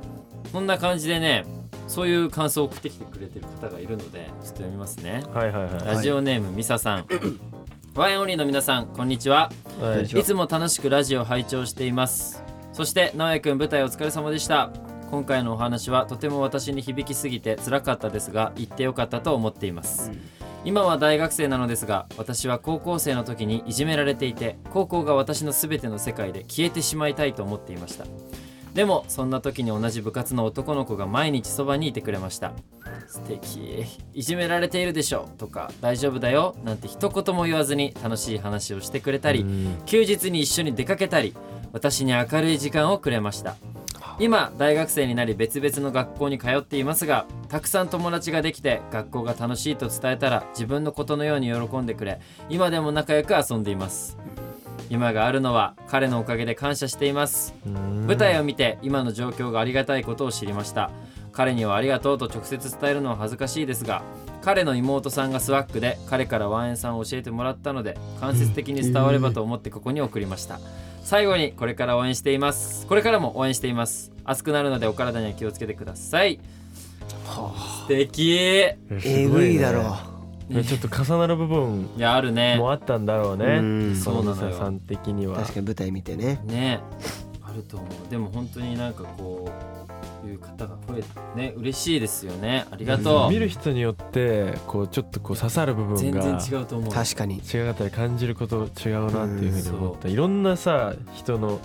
Speaker 1: うこんな感じでねそういう感想を送ってきてくれてる方がいるのでちょっと読みますね
Speaker 2: はいはいは
Speaker 1: ラジオネームみささ
Speaker 2: (laughs)
Speaker 1: んワインオンリーの皆さんこんにちはい
Speaker 2: はいい
Speaker 1: いつも楽しくラジオを拝聴していますそして直哉くん舞台お疲れ様でした今回のお話はとても私に響きすぎて辛かったですが言ってよかったと思っています、今は大学生なのですが私は高校生の時にいじめられていて高校が私の全ての世界で消えてしまいたいと思っていましたでもそんな時に同じ部活の男の子が毎日そばにいてくれました素敵いじめられているでしょとか大丈夫だよなんて一言も言わずに楽しい話をしてくれたり休日に一緒に出かけたり私に明るい時間をくれました今大学生になり別々の学校に通っていますがたくさん友達ができて学校が楽しいと伝えたら自分のことのように喜んでくれ今でも仲良く遊んでいます今があるのは彼のおかげで感謝しています舞台を見て今の状況がありがたいことを知りました彼にはありがとうと直接伝えるのは恥ずかしいですが彼の妹さんがスワックで彼からワンエンさんを教えてもらったので間接的に伝わればと思ってここに送りました最後にこれから応援していますこれからも応援しています暑くなるのでお体には気をつけてください素敵い
Speaker 3: えぐいだろう
Speaker 2: ねちょっと重なる部分
Speaker 1: やあるね
Speaker 2: もあったんだろうね、
Speaker 3: うん
Speaker 1: そうなのよ
Speaker 2: さん的には
Speaker 3: 確かに舞台見てね
Speaker 1: ねあると思うでも本当になんかこういう方が増えてね嬉しいですよねありがと
Speaker 2: 見
Speaker 1: う
Speaker 2: る人によってこうちょっとこう刺さる部分
Speaker 1: 全
Speaker 2: が
Speaker 1: 然違うと思う
Speaker 3: 確かに
Speaker 2: 違かったり感じること違うなっていうふうに思った、
Speaker 1: う
Speaker 2: いろんなさ人の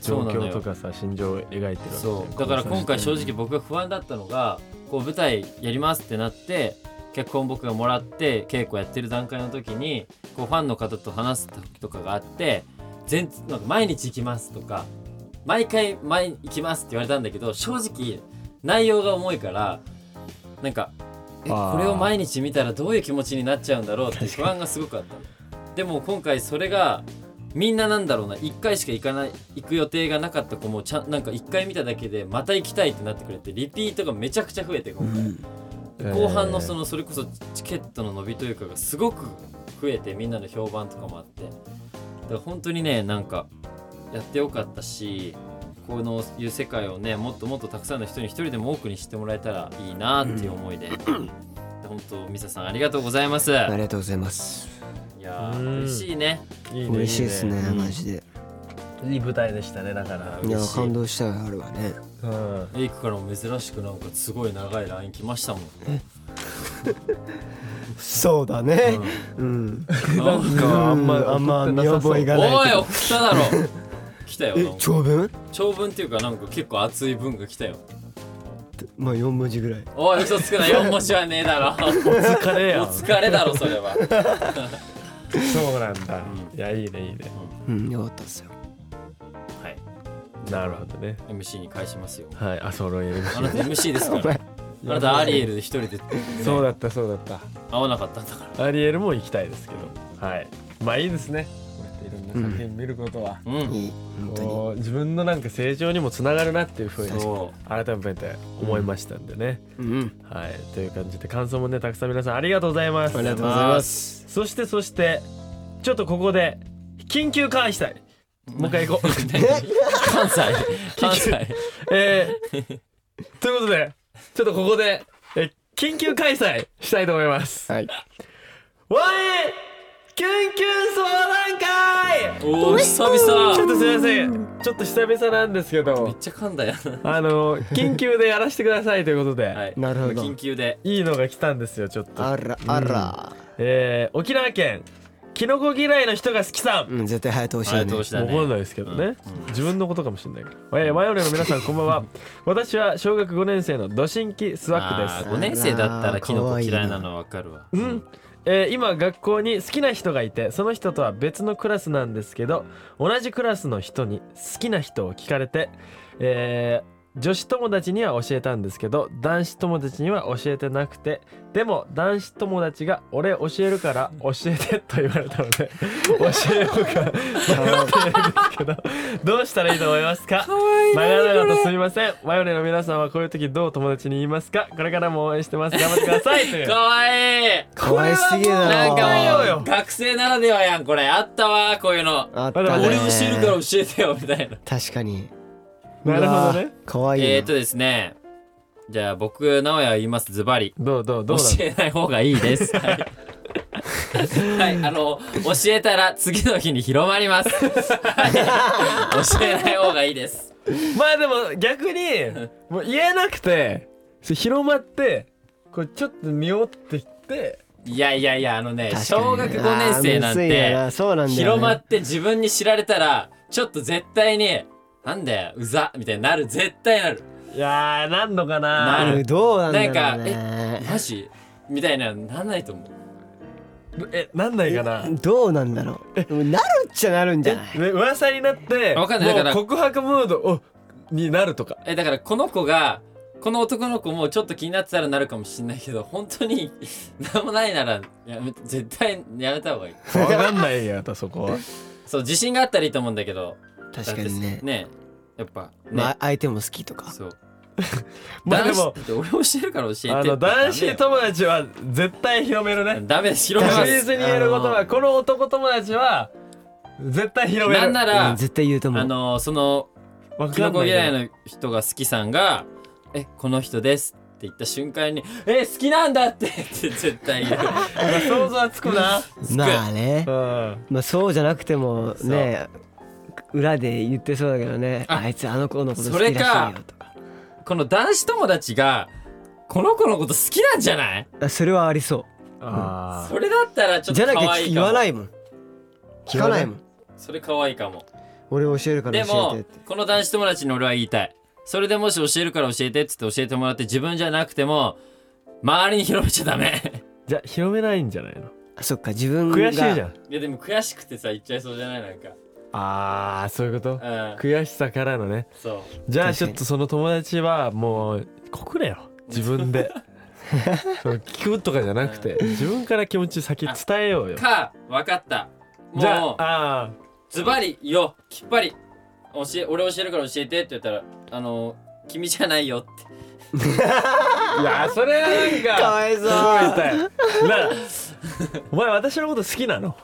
Speaker 1: そ
Speaker 2: 状
Speaker 1: うなの
Speaker 2: 況
Speaker 1: よ
Speaker 2: とかさ心情を描いてるわけじゃん
Speaker 1: そうだから今回正直僕が不安だったのがこう舞台やりますってなって脚本僕がもらって稽古やってる段階の時にこうファンの方と話す時とかがあって全なんか毎日行きますとか毎回毎行きますって言われたんだけど正直内容が重いからなんかえこれを毎日見たらどういう気持ちになっちゃうんだろうって不安がすごくあったのでも今回それがみんななんだろうな1回しか行かない行く予定がなかった子もちゃんなんか1回見ただけでまた行きたいってなってくれてリピートがめちゃくちゃ増えて今回、で後半のそのそれこそチケットの伸びというかがすごく増えてみんなの評判とかもあってだから本当にねなんかやってよかったしこのいう世界をねもっともっとたくさんの人に一人でも多くに知ってもらえたらいいなっていう思い (coughs) で、本当ミサさんありがとうございますい
Speaker 3: ありがとうございます
Speaker 1: やー嬉しいね
Speaker 2: いいね
Speaker 3: 嬉しいですね
Speaker 1: うん
Speaker 3: マジで
Speaker 2: いい舞台でしたねだから
Speaker 3: いや
Speaker 1: 嬉しい
Speaker 3: 感動したよあるわね
Speaker 2: うん
Speaker 1: エイクからも珍しくなんかすごい長い LINE 来ましたもん
Speaker 3: そうだねうん
Speaker 1: (laughs) なんか
Speaker 2: あん
Speaker 3: うん
Speaker 2: ま
Speaker 3: あんま見覚えが
Speaker 1: お
Speaker 3: ない
Speaker 1: い送った (laughs) だろ来たよ
Speaker 3: え
Speaker 1: なんか
Speaker 3: 長文
Speaker 1: 長文っていうかなんか結構熱い文が来たよ
Speaker 3: まあ4文字ぐらい
Speaker 1: おい嘘つくな4文字はねえ (laughs) だろお
Speaker 2: 疲れやん
Speaker 1: 疲れだろそれは
Speaker 2: そうなんだいやいいねいいね
Speaker 3: うんよかったっすよ
Speaker 1: はい
Speaker 2: なるほどね
Speaker 1: MC に返しますよ
Speaker 2: はいあそろいる
Speaker 1: あなた MC です
Speaker 3: (laughs)
Speaker 1: からあなたアリエルで一人で
Speaker 2: そうだったそうだった
Speaker 1: 会わなかったんだから
Speaker 2: アリエルも行きたいですけどはいまあいいですねこうやっていろんな作品見ることは、
Speaker 1: うん
Speaker 3: いい本当に
Speaker 2: こう自分のなんか成長にもつながるなっていうふうに
Speaker 1: そ
Speaker 2: 改めて思いましたんでね、
Speaker 3: うん
Speaker 2: はいという感じで感想もねたくさん皆さんありがとうございます
Speaker 3: ありがとうござい
Speaker 1: (laughs)
Speaker 3: ます
Speaker 2: そしてそしてちょっとここで緊急返したいもう一回行こう
Speaker 1: う関西関西
Speaker 2: え
Speaker 3: (laughs)
Speaker 2: ーということでちょっとここで、え緊急開催したいと思います。
Speaker 3: はい
Speaker 2: わえ緊急相談
Speaker 1: (laughs)
Speaker 2: 会
Speaker 1: おお久
Speaker 2: ちょっ
Speaker 1: 々
Speaker 2: とすいませんちょっと久々なんですけ
Speaker 1: めっ (laughs)
Speaker 2: ど
Speaker 1: ちゃ噛んだよ
Speaker 2: あの緊急でやらせてくださいということで、
Speaker 1: はい
Speaker 3: なるほど
Speaker 1: 緊急で
Speaker 2: い、いのが来たんですよちょっと、
Speaker 3: あらあら
Speaker 2: えー沖縄県キノコ嫌いの人が好きさん
Speaker 3: うん絶対早通し
Speaker 1: あ
Speaker 3: だ
Speaker 1: り
Speaker 3: ね
Speaker 1: がとうし
Speaker 2: わ
Speaker 1: たね
Speaker 2: かんないですけどね、自分のことかもしれないけど、えー、マヨネの皆さんこんばんは私は小学5年生のドシンキスワックです
Speaker 1: あー5年生だったらキノコ嫌いなのはわかるわ
Speaker 2: うんえー今学校に好きな人がいてその人とは別のクラスなんですけど同じクラスの人に好きな人を聞かれて、えー女子友達には教えたんですけど男子友達には教えてなくてでも男子友達が「俺教えるから教えて」と言われた
Speaker 1: (laughs)
Speaker 2: ので教えようか迷っているんですけどどうしたらいいと思いますか長々とすみませんマヨネの皆さんはこういう時どう友達に言いますかこれからも応援してます頑張ってくださいという
Speaker 1: かわいい
Speaker 3: かわいすぎるな
Speaker 1: なん
Speaker 2: よ
Speaker 1: かも
Speaker 2: よ
Speaker 1: う学生ならではやんこれあったわこういうの
Speaker 3: あっ
Speaker 2: ま
Speaker 3: た
Speaker 2: だ
Speaker 3: ね
Speaker 1: 俺を知るから教えてよみたいな
Speaker 3: 確かに
Speaker 2: なるほどね
Speaker 3: うわかわいいな
Speaker 1: えーとですねじゃあ僕直哉は言いますズバリ
Speaker 2: どうどうど
Speaker 1: 教
Speaker 2: うだ
Speaker 1: えない方がいい (laughs) ですはいはいあの教えたら次の日に広まりますはい教えない方がいいです
Speaker 2: まあでも逆にもう言えなくてそれ広まってこれちょっと見ようってきて
Speaker 1: いやいやいやあのね
Speaker 3: 確かに
Speaker 1: 小学5年生なん
Speaker 3: あーむずいよな
Speaker 1: て
Speaker 3: そうなんだよね
Speaker 1: 広まって自分に知られたらちょっと絶対になんだようざみたいになる絶対なる
Speaker 2: いやー何度かな
Speaker 1: な
Speaker 3: う
Speaker 1: る
Speaker 3: んどうなんだろう
Speaker 1: なん
Speaker 3: ね
Speaker 1: マジみたいなのなんないと思う
Speaker 2: えなんないかな
Speaker 3: どうなんだろうでもなるっちゃなるんじゃない
Speaker 2: ね噂になって
Speaker 1: わかんないだから
Speaker 2: もう告白ムードをになるとか
Speaker 1: えだからこの子がこの男の子もちょっと気になってたらなるかもしれないけど本当に (laughs) 何もないならやめ絶対やめた方がいい
Speaker 2: わかんないやったそこ
Speaker 1: (laughs)
Speaker 2: は
Speaker 1: そう自信があったらいいと思うんだけど
Speaker 3: 確か
Speaker 1: だ
Speaker 3: に
Speaker 1: っ
Speaker 3: ね
Speaker 1: てねやっぱね、
Speaker 3: まあ相手も好きとか
Speaker 1: そう
Speaker 2: まあで
Speaker 1: 男子
Speaker 2: も
Speaker 1: だって俺教えるから教えて
Speaker 2: あの男子友達は絶対広めるね
Speaker 1: ダメです広めま
Speaker 2: 確
Speaker 1: す
Speaker 2: 実に言えることはこの男友達は絶対広める
Speaker 1: なんなら、
Speaker 3: うん絶対言うと思
Speaker 1: あ
Speaker 3: う
Speaker 1: のその
Speaker 2: わ
Speaker 1: キノ
Speaker 2: かんな
Speaker 1: コ
Speaker 2: い
Speaker 1: 嫌
Speaker 2: ない
Speaker 1: の人が好きさんが「えこの人です」って言った瞬間に「え好きなんだって」って絶対言う
Speaker 2: (laughs) なんか想像はつくな
Speaker 3: まあね
Speaker 2: うん
Speaker 3: まあそうじゃなくてもね裏で言ってそうだけどね
Speaker 1: あ
Speaker 3: あいつあの子のこと
Speaker 1: そ
Speaker 3: 好
Speaker 1: れ
Speaker 3: きらしい
Speaker 1: か
Speaker 3: よとか
Speaker 1: この男子友達がこの子のこと好きなんじゃない
Speaker 3: あそれはありそ
Speaker 2: あー
Speaker 1: それだったらちょ
Speaker 3: う
Speaker 1: っ
Speaker 3: じ
Speaker 1: と
Speaker 3: ゃなき
Speaker 1: 可
Speaker 3: ゃ
Speaker 1: 愛いかも
Speaker 3: 言わないもん聞かないもん
Speaker 1: それ可愛いかも
Speaker 3: 俺教えるから
Speaker 1: で
Speaker 3: 教
Speaker 1: も
Speaker 3: えてって
Speaker 1: この男子友達に俺は言いたいそれでもし教えるから教えてっつって教えてもらって自分じゃなくても周りに広めちゃダメ (laughs)
Speaker 2: じゃあ広めないんじゃないの
Speaker 3: あそっか自分が
Speaker 2: 悔しいじゃん
Speaker 1: いやでも悔しくてさ言っちゃいそうじゃないなんか
Speaker 2: あーそういうこと
Speaker 1: うん
Speaker 2: 悔しさからのね
Speaker 1: そう
Speaker 2: じゃあ
Speaker 3: 確
Speaker 2: ち
Speaker 3: か
Speaker 2: ょ (laughs)
Speaker 3: に
Speaker 2: っとその友達はもう告れよ自分でその聞くとかじゃなくて自分から気持ち先伝えようよ
Speaker 1: か分かった
Speaker 2: じゃ
Speaker 1: もう
Speaker 2: ああ
Speaker 1: ズバリよきっぱり教え俺教えるから教えてって言ったらあの君じゃないよって
Speaker 2: ーいやそれはなんか
Speaker 3: かわいそ
Speaker 2: す
Speaker 3: う
Speaker 2: ごい痛いなあお前私のこと好きなの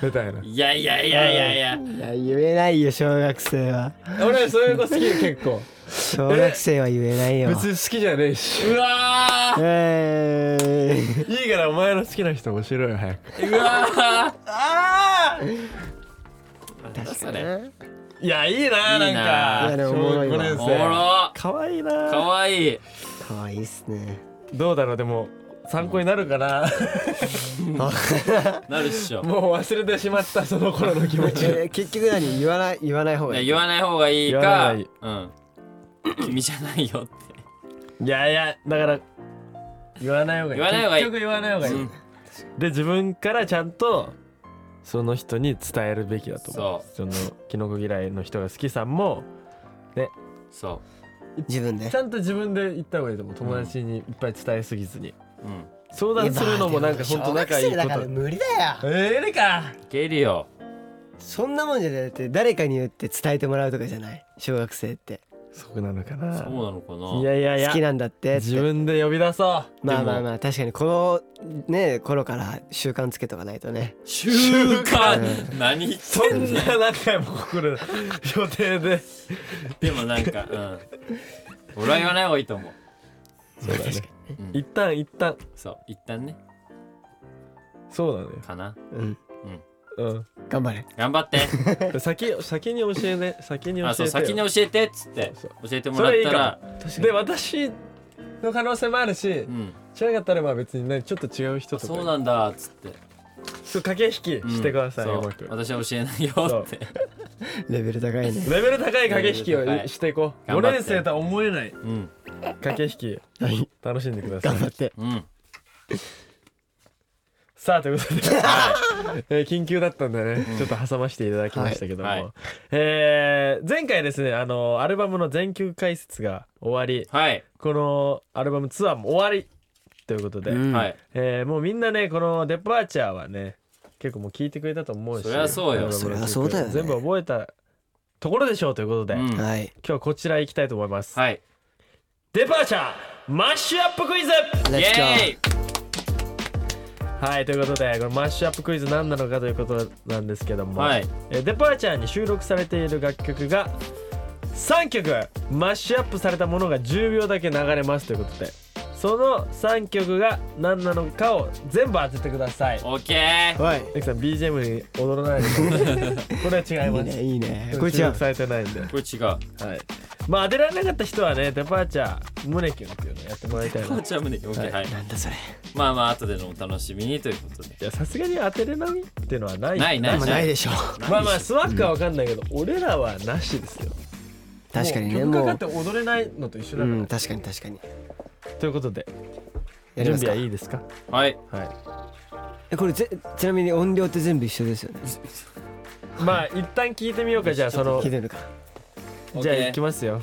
Speaker 2: みたいない
Speaker 1: やいやいやいやいや
Speaker 3: いや言えないよ小学生は
Speaker 2: 俺そういう子好き結構
Speaker 3: 小学生は言えないよ
Speaker 2: 別に好きじゃねえし
Speaker 1: うわー
Speaker 3: えー
Speaker 2: いいからお前の好きな人教えろよ早く
Speaker 1: うわー
Speaker 2: ああ
Speaker 1: なんだそ
Speaker 3: い
Speaker 1: れ
Speaker 2: いやいいない
Speaker 1: いな
Speaker 2: なんか
Speaker 3: いやでもおもろいわ
Speaker 2: 小学
Speaker 1: お
Speaker 2: 五
Speaker 1: も
Speaker 2: 年生
Speaker 1: ろ
Speaker 2: かわいいな
Speaker 1: かわいい
Speaker 3: かわいいっすね
Speaker 2: どうだろうでも参考になるかな
Speaker 1: なるっしょ
Speaker 2: もう忘れてしまったその頃の
Speaker 3: (laughs)
Speaker 2: 気持ち
Speaker 3: えー結局何言わない言わない方
Speaker 1: い
Speaker 3: が
Speaker 1: や
Speaker 3: いい
Speaker 1: 言わない方がいい
Speaker 2: 言わな
Speaker 1: か
Speaker 2: い
Speaker 1: うん君じゃないよって
Speaker 2: いやいやだから言わない方がいい
Speaker 1: 言わない方がいい
Speaker 2: 結局言わない方がいい、
Speaker 1: うん
Speaker 2: で自分からちゃんとその人に伝えるべきだと思うそのキノコ嫌いの人が好きさんも
Speaker 1: そ
Speaker 3: 自分で
Speaker 2: ちゃんと自分で言った方がいいと思う友達にいっぱい伝えすぎずに、
Speaker 1: ううん
Speaker 2: 相談するのもなんか本当仲いい
Speaker 3: 小学生
Speaker 2: こ
Speaker 3: だ
Speaker 2: と
Speaker 3: から無理だよ
Speaker 2: ええか
Speaker 1: いけるよ
Speaker 3: そんなもんじゃなくて誰かに言って伝えてもらうとかじゃない小学生って
Speaker 2: そうなのかな
Speaker 1: そうなのかない
Speaker 2: やいやいや
Speaker 3: 好きなんだってって
Speaker 2: 自分で呼び出そう
Speaker 3: まあまあ
Speaker 2: でも
Speaker 3: まあ確かにこのね頃から習慣つけとかないとね
Speaker 1: 習慣何言って
Speaker 2: そ
Speaker 1: ん
Speaker 2: ん
Speaker 1: ねん
Speaker 2: な仲良く来る予定で
Speaker 1: でもなんかうん俺は言わない方がいいと思う
Speaker 2: そうだね
Speaker 1: うん
Speaker 2: 一旦一旦
Speaker 1: そう一旦ね
Speaker 2: そうなのよ
Speaker 1: かな
Speaker 3: うん
Speaker 2: うん
Speaker 3: 頑張れ
Speaker 1: 頑張って
Speaker 2: 先先に教えて先に教えてよ
Speaker 1: あそう先に教えてっつって
Speaker 2: そう
Speaker 1: 教えてもらったら
Speaker 2: で私の可能性もあるし
Speaker 1: うん
Speaker 2: 知らなかったらまあ別にねちょっと違う人とか
Speaker 1: そうなんだっつって
Speaker 2: そう駆け引き
Speaker 1: うん
Speaker 2: してください、
Speaker 1: そう
Speaker 2: うまく
Speaker 1: 私は教えないよって
Speaker 3: レベル高いね
Speaker 2: (laughs) レベル高い駆け引き
Speaker 1: レベル高い
Speaker 2: をしていこう
Speaker 1: 頑
Speaker 2: 5
Speaker 1: 張って
Speaker 2: 年生とは思えない
Speaker 1: うん
Speaker 2: 駆け引き楽しんでくださ
Speaker 3: 頑
Speaker 2: い
Speaker 3: 張って
Speaker 1: うん
Speaker 2: さあというこ
Speaker 1: (laughs)
Speaker 2: とで、えー緊急だったんでね、ちょっと挟ましていただきましたけども、
Speaker 1: はいはい
Speaker 2: えー前回ですねあのアルバムの全球解説が終わり
Speaker 1: はい
Speaker 2: このアルバムツアーも終わりということで、
Speaker 3: うん
Speaker 1: はい
Speaker 2: えーもうみんなねこの「デパーチャー」はね結構もう聞いてくれたと思うし
Speaker 1: そりゃそうよ
Speaker 2: アルバムの曲
Speaker 3: そりゃそうだよね
Speaker 2: 全部覚えたところでしょうということで、
Speaker 1: うん
Speaker 2: 今
Speaker 3: はい
Speaker 2: 日はこちら行きたいと思います、
Speaker 1: はい
Speaker 2: デパーチャーマッシュアップクイズ
Speaker 1: イ
Speaker 3: Let's go
Speaker 1: エーイ
Speaker 2: はいということでこのマッシュアップクイズ何なのかということなんですけども、
Speaker 1: はい
Speaker 2: えーデパーチャーに収録されている楽曲が3曲マッシュアップされたものが10秒だけ流れますということでその3曲が何なのかを全部当ててください
Speaker 1: オッケー
Speaker 3: はい
Speaker 2: エクさん BGM に踊らないで
Speaker 3: (laughs)
Speaker 2: これは違い
Speaker 3: いい
Speaker 2: ます
Speaker 3: ねいいねこ
Speaker 2: こ
Speaker 3: れ
Speaker 2: れ
Speaker 3: 違
Speaker 2: 収
Speaker 3: う
Speaker 2: 録されてないんで、はい、
Speaker 1: これ違う
Speaker 2: まあ当てられなかった人はねデパーチャー胸キュンっていうのやってもらいたいな
Speaker 1: こっちは無理オッケーはい
Speaker 3: なんだそれ
Speaker 1: まあまあ後でのお楽しみにということで
Speaker 2: いやさすがに当てれないっていうのはない
Speaker 1: ないな
Speaker 3: で
Speaker 1: い
Speaker 3: も
Speaker 1: な
Speaker 3: ない
Speaker 1: い
Speaker 3: で
Speaker 2: (laughs)
Speaker 3: しょ
Speaker 2: まあまあスワックはわかんないけど、俺らはなしですよ
Speaker 3: 確かに
Speaker 2: も
Speaker 3: ね
Speaker 2: う
Speaker 3: も
Speaker 2: 曲か
Speaker 3: う
Speaker 2: かって踊れないのと一緒だ
Speaker 3: う
Speaker 2: から、
Speaker 3: ん確かに確かに
Speaker 2: ということで
Speaker 3: やり
Speaker 2: 準
Speaker 3: ます
Speaker 2: 備
Speaker 3: か
Speaker 2: はいいですか
Speaker 1: はい
Speaker 2: はい
Speaker 3: えこれぜちなみに音量って全部一緒ですよね
Speaker 2: (laughs) まあ一旦聞いてみようかじゃあその
Speaker 3: 聞いてるか
Speaker 2: じゃあ
Speaker 1: OK
Speaker 2: 行きますよ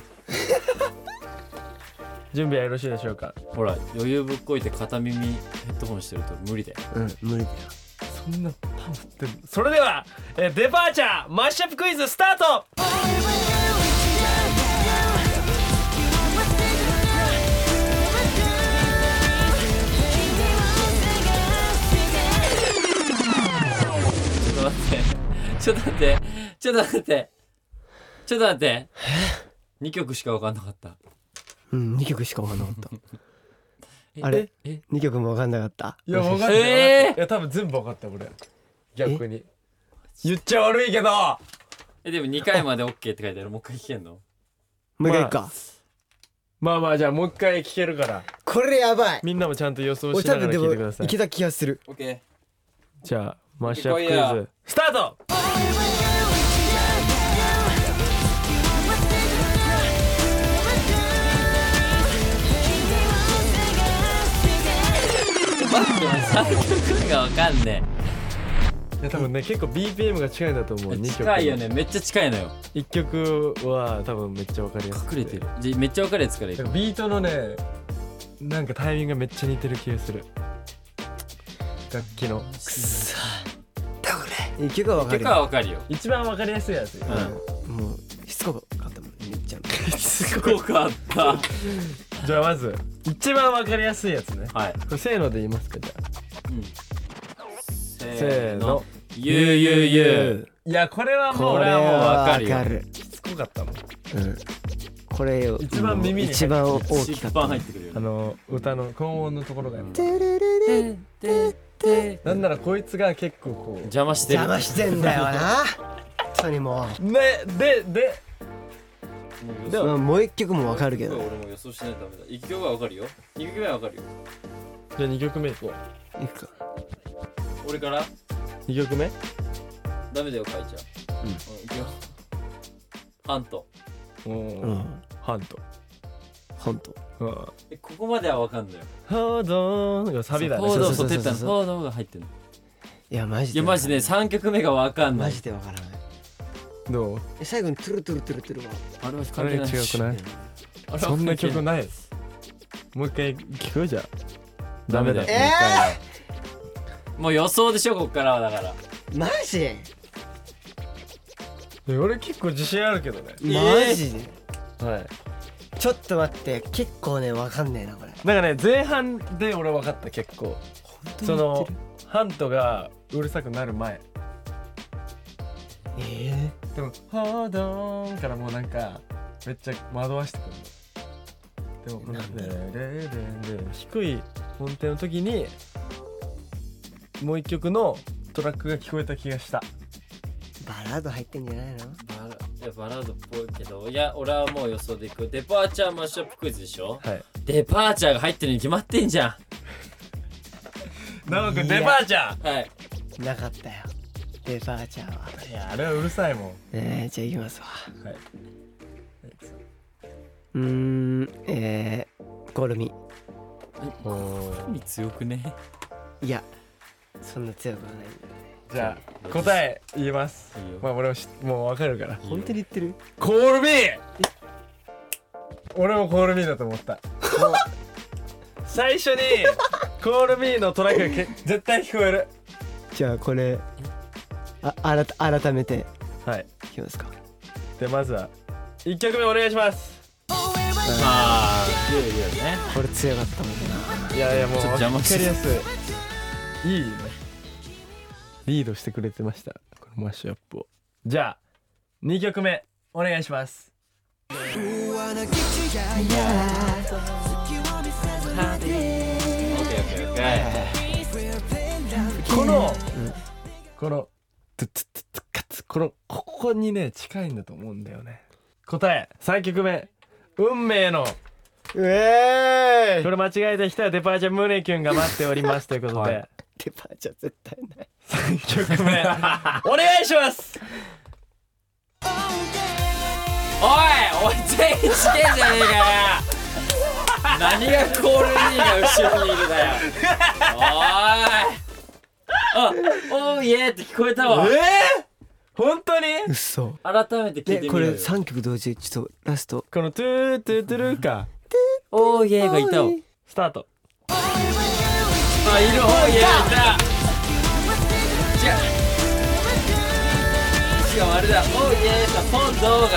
Speaker 2: (laughs) 準備はよろしいでしょうか
Speaker 1: ほら余裕ぶっこいて片耳ヘッドホンしてると無理だよ
Speaker 3: うん無理だよ
Speaker 2: そんなパンってそれでは、えーデパーチャーマッシュアップクイズスタート
Speaker 1: ちょっと待ってちょっと待ってちょっと待ってちょっと待って2曲しか分かんなかった
Speaker 3: うん2曲しかわかんなかった
Speaker 1: え
Speaker 3: あれ
Speaker 1: え
Speaker 3: 2曲もわかんなかった
Speaker 2: いや分かった、
Speaker 1: えー
Speaker 2: いや多分全部分かった俺逆に言っちゃ悪いけど
Speaker 1: えでも2回まで OK って書いてあるもう一回聞けんの
Speaker 3: もう一回いくか
Speaker 2: まあまあじゃあもう一回聞けるから
Speaker 3: これやばい
Speaker 2: みんなもちゃんと予想
Speaker 3: 俺
Speaker 2: し
Speaker 3: 多
Speaker 2: ながら
Speaker 3: 分で
Speaker 2: 聞い
Speaker 3: も
Speaker 2: てくださ
Speaker 3: い
Speaker 2: い
Speaker 3: けた気がする
Speaker 1: OK
Speaker 2: じゃあマッシュアップクイズスタート
Speaker 1: 待って3曲が分かんね
Speaker 2: いや多分ね結構 BPM が近いんだと思う
Speaker 1: え
Speaker 2: 2曲
Speaker 1: 近いよねめっちゃ近いのよ
Speaker 2: 1曲は多分めっちゃ分かりやすく
Speaker 1: 隠れてるじゃめっちゃ分かるやつからいく
Speaker 2: なんかビートのねなんかタイミングがめっちゃ似てる気がする楽器の
Speaker 3: 一曲はわかる
Speaker 1: 結
Speaker 3: よ
Speaker 1: 果はわかるよ
Speaker 4: 一番わかりやすいやつ。
Speaker 3: もうしつこかったもんねめっちゃ
Speaker 1: すごかった
Speaker 2: じゃあまずこ
Speaker 4: 一番わかりやすいやつね。
Speaker 1: はい
Speaker 2: れせーので言いますかじゃあ
Speaker 1: せ
Speaker 2: せーの
Speaker 1: ゆうゆうゆ
Speaker 4: いや、これはもう
Speaker 3: こ
Speaker 4: 俺
Speaker 3: れ
Speaker 4: は
Speaker 3: は
Speaker 4: もうわ
Speaker 3: わ
Speaker 4: か
Speaker 3: か
Speaker 4: る
Speaker 3: る
Speaker 4: よ。
Speaker 2: しつこかったもん
Speaker 3: うん、これよ
Speaker 4: 一番耳に入って
Speaker 3: 一番大
Speaker 1: う
Speaker 3: きか
Speaker 1: 一番
Speaker 3: った
Speaker 1: 入ってくるよ
Speaker 2: あ
Speaker 1: ね
Speaker 2: の歌の高音のところが
Speaker 1: ん
Speaker 2: なんならこいつが結構こう
Speaker 1: 邪魔してる
Speaker 3: 邪魔してんだよな本当にも
Speaker 4: ね、で、で、
Speaker 1: で
Speaker 3: う、まあ、もう一曲もわかるけ
Speaker 1: 俺
Speaker 3: ど
Speaker 1: も予想しないとダメだ一曲はわかるよ二曲目はわかるよ
Speaker 2: じゃあ2曲目いこう
Speaker 3: いくか
Speaker 1: 俺から
Speaker 2: 2曲目
Speaker 1: ダメだよかいちゃんうんいくよハント
Speaker 2: お
Speaker 3: う
Speaker 2: お
Speaker 3: ん
Speaker 2: ハント
Speaker 3: 本当
Speaker 1: えここまではわかんないよ
Speaker 2: ハードーンがサビだ
Speaker 1: フォ
Speaker 2: ね
Speaker 1: ードを
Speaker 3: そ
Speaker 1: 取
Speaker 3: う
Speaker 1: っ
Speaker 3: そ
Speaker 1: て
Speaker 3: うそうそう
Speaker 1: ったのフォードが入ってんの
Speaker 3: いやマジ
Speaker 1: い
Speaker 3: で
Speaker 1: やマジで3曲目がわかんな
Speaker 3: マ
Speaker 1: い
Speaker 3: ジでわからない
Speaker 2: どう
Speaker 3: え最後にトゥルトゥルトゥルトゥルは
Speaker 1: あれは関
Speaker 2: あ
Speaker 1: 係
Speaker 2: れ
Speaker 1: ない
Speaker 2: 違くない
Speaker 1: あれは関係
Speaker 2: そんな曲ないもう一回聞くじゃあダメだ
Speaker 1: ダメだもう予想でしょこっからはだから
Speaker 3: マジ
Speaker 2: え俺結構自信あるけどね
Speaker 3: マジで、
Speaker 2: はい
Speaker 3: ちょっと待って結構ねわかんねえなこれ
Speaker 2: なんかね前半で俺分かった結構そのハントがうるさくなる前
Speaker 3: え
Speaker 2: でも「ハードーン」からもうなんかめっちゃ惑わしてくるのでもこ
Speaker 3: なん
Speaker 2: の「
Speaker 3: だ
Speaker 2: レレレレレ」低い音程の時にもう一曲のトラックが聞こえた気がした
Speaker 3: ー、バラード入ってんじゃないの
Speaker 1: バラいやバラードっぽいけどいや俺はもう予想でいくデパーチャーマッシュアップクイズでしょ
Speaker 2: はい
Speaker 1: デパーチャーが入ってるに決まってんじゃ
Speaker 2: なおくん
Speaker 3: いや
Speaker 2: デパーチャー
Speaker 1: んはい
Speaker 3: なかったよデパーチャーは、
Speaker 2: いやあれはうるさいもん
Speaker 3: えー、じゃあいきますわ
Speaker 2: はい、
Speaker 3: うーんえー、ゴルミ
Speaker 1: 意味強くね
Speaker 3: いやそんな強くはないんだよね
Speaker 2: じゃあ答え言います
Speaker 1: いいよ
Speaker 2: まあ俺はしもう分かるから
Speaker 3: 本当に言ってる
Speaker 2: コールミー俺もコールミーだと思ったもう最初にコールミーのトラックがけ絶対聞こえる
Speaker 3: じゃあこれあ改改めて
Speaker 2: はい
Speaker 3: いきますか
Speaker 2: でまずは1曲目お願いします
Speaker 1: ああ強いよね
Speaker 3: これ強かったもんない
Speaker 2: やいやもう
Speaker 1: ちょっと邪魔して
Speaker 2: わかりやすいいいねリードしてくれてましたこのマッシュアップをじゃあ2曲目お願いします
Speaker 1: オッケーオッケーオッケー
Speaker 2: この、このトゥトゥトゥトゥカツこのここにね近いんだと思うんだよね答え3曲目運命の
Speaker 3: うえ
Speaker 2: これ間違えた人はデパーチャー胸キュンが待っておりますということで、
Speaker 1: はい
Speaker 3: デパーチャー絶対ない
Speaker 2: 3曲目お願いします
Speaker 1: おいおい全員死刑じゃねえかよ何がコールニーが後ろにいるだよおいあおいえーって聞こえたわ
Speaker 2: 本当に
Speaker 3: 嘘
Speaker 1: 改めて聞いて
Speaker 3: でこ
Speaker 1: みる
Speaker 3: れ
Speaker 1: よ
Speaker 3: 3曲同時ちょっとラスト
Speaker 2: このトゥートゥートゥルーか
Speaker 1: おーイエーがいたわ
Speaker 2: スタート
Speaker 1: あいるおーイエーいた違うしかもあれだおーイエーと今度が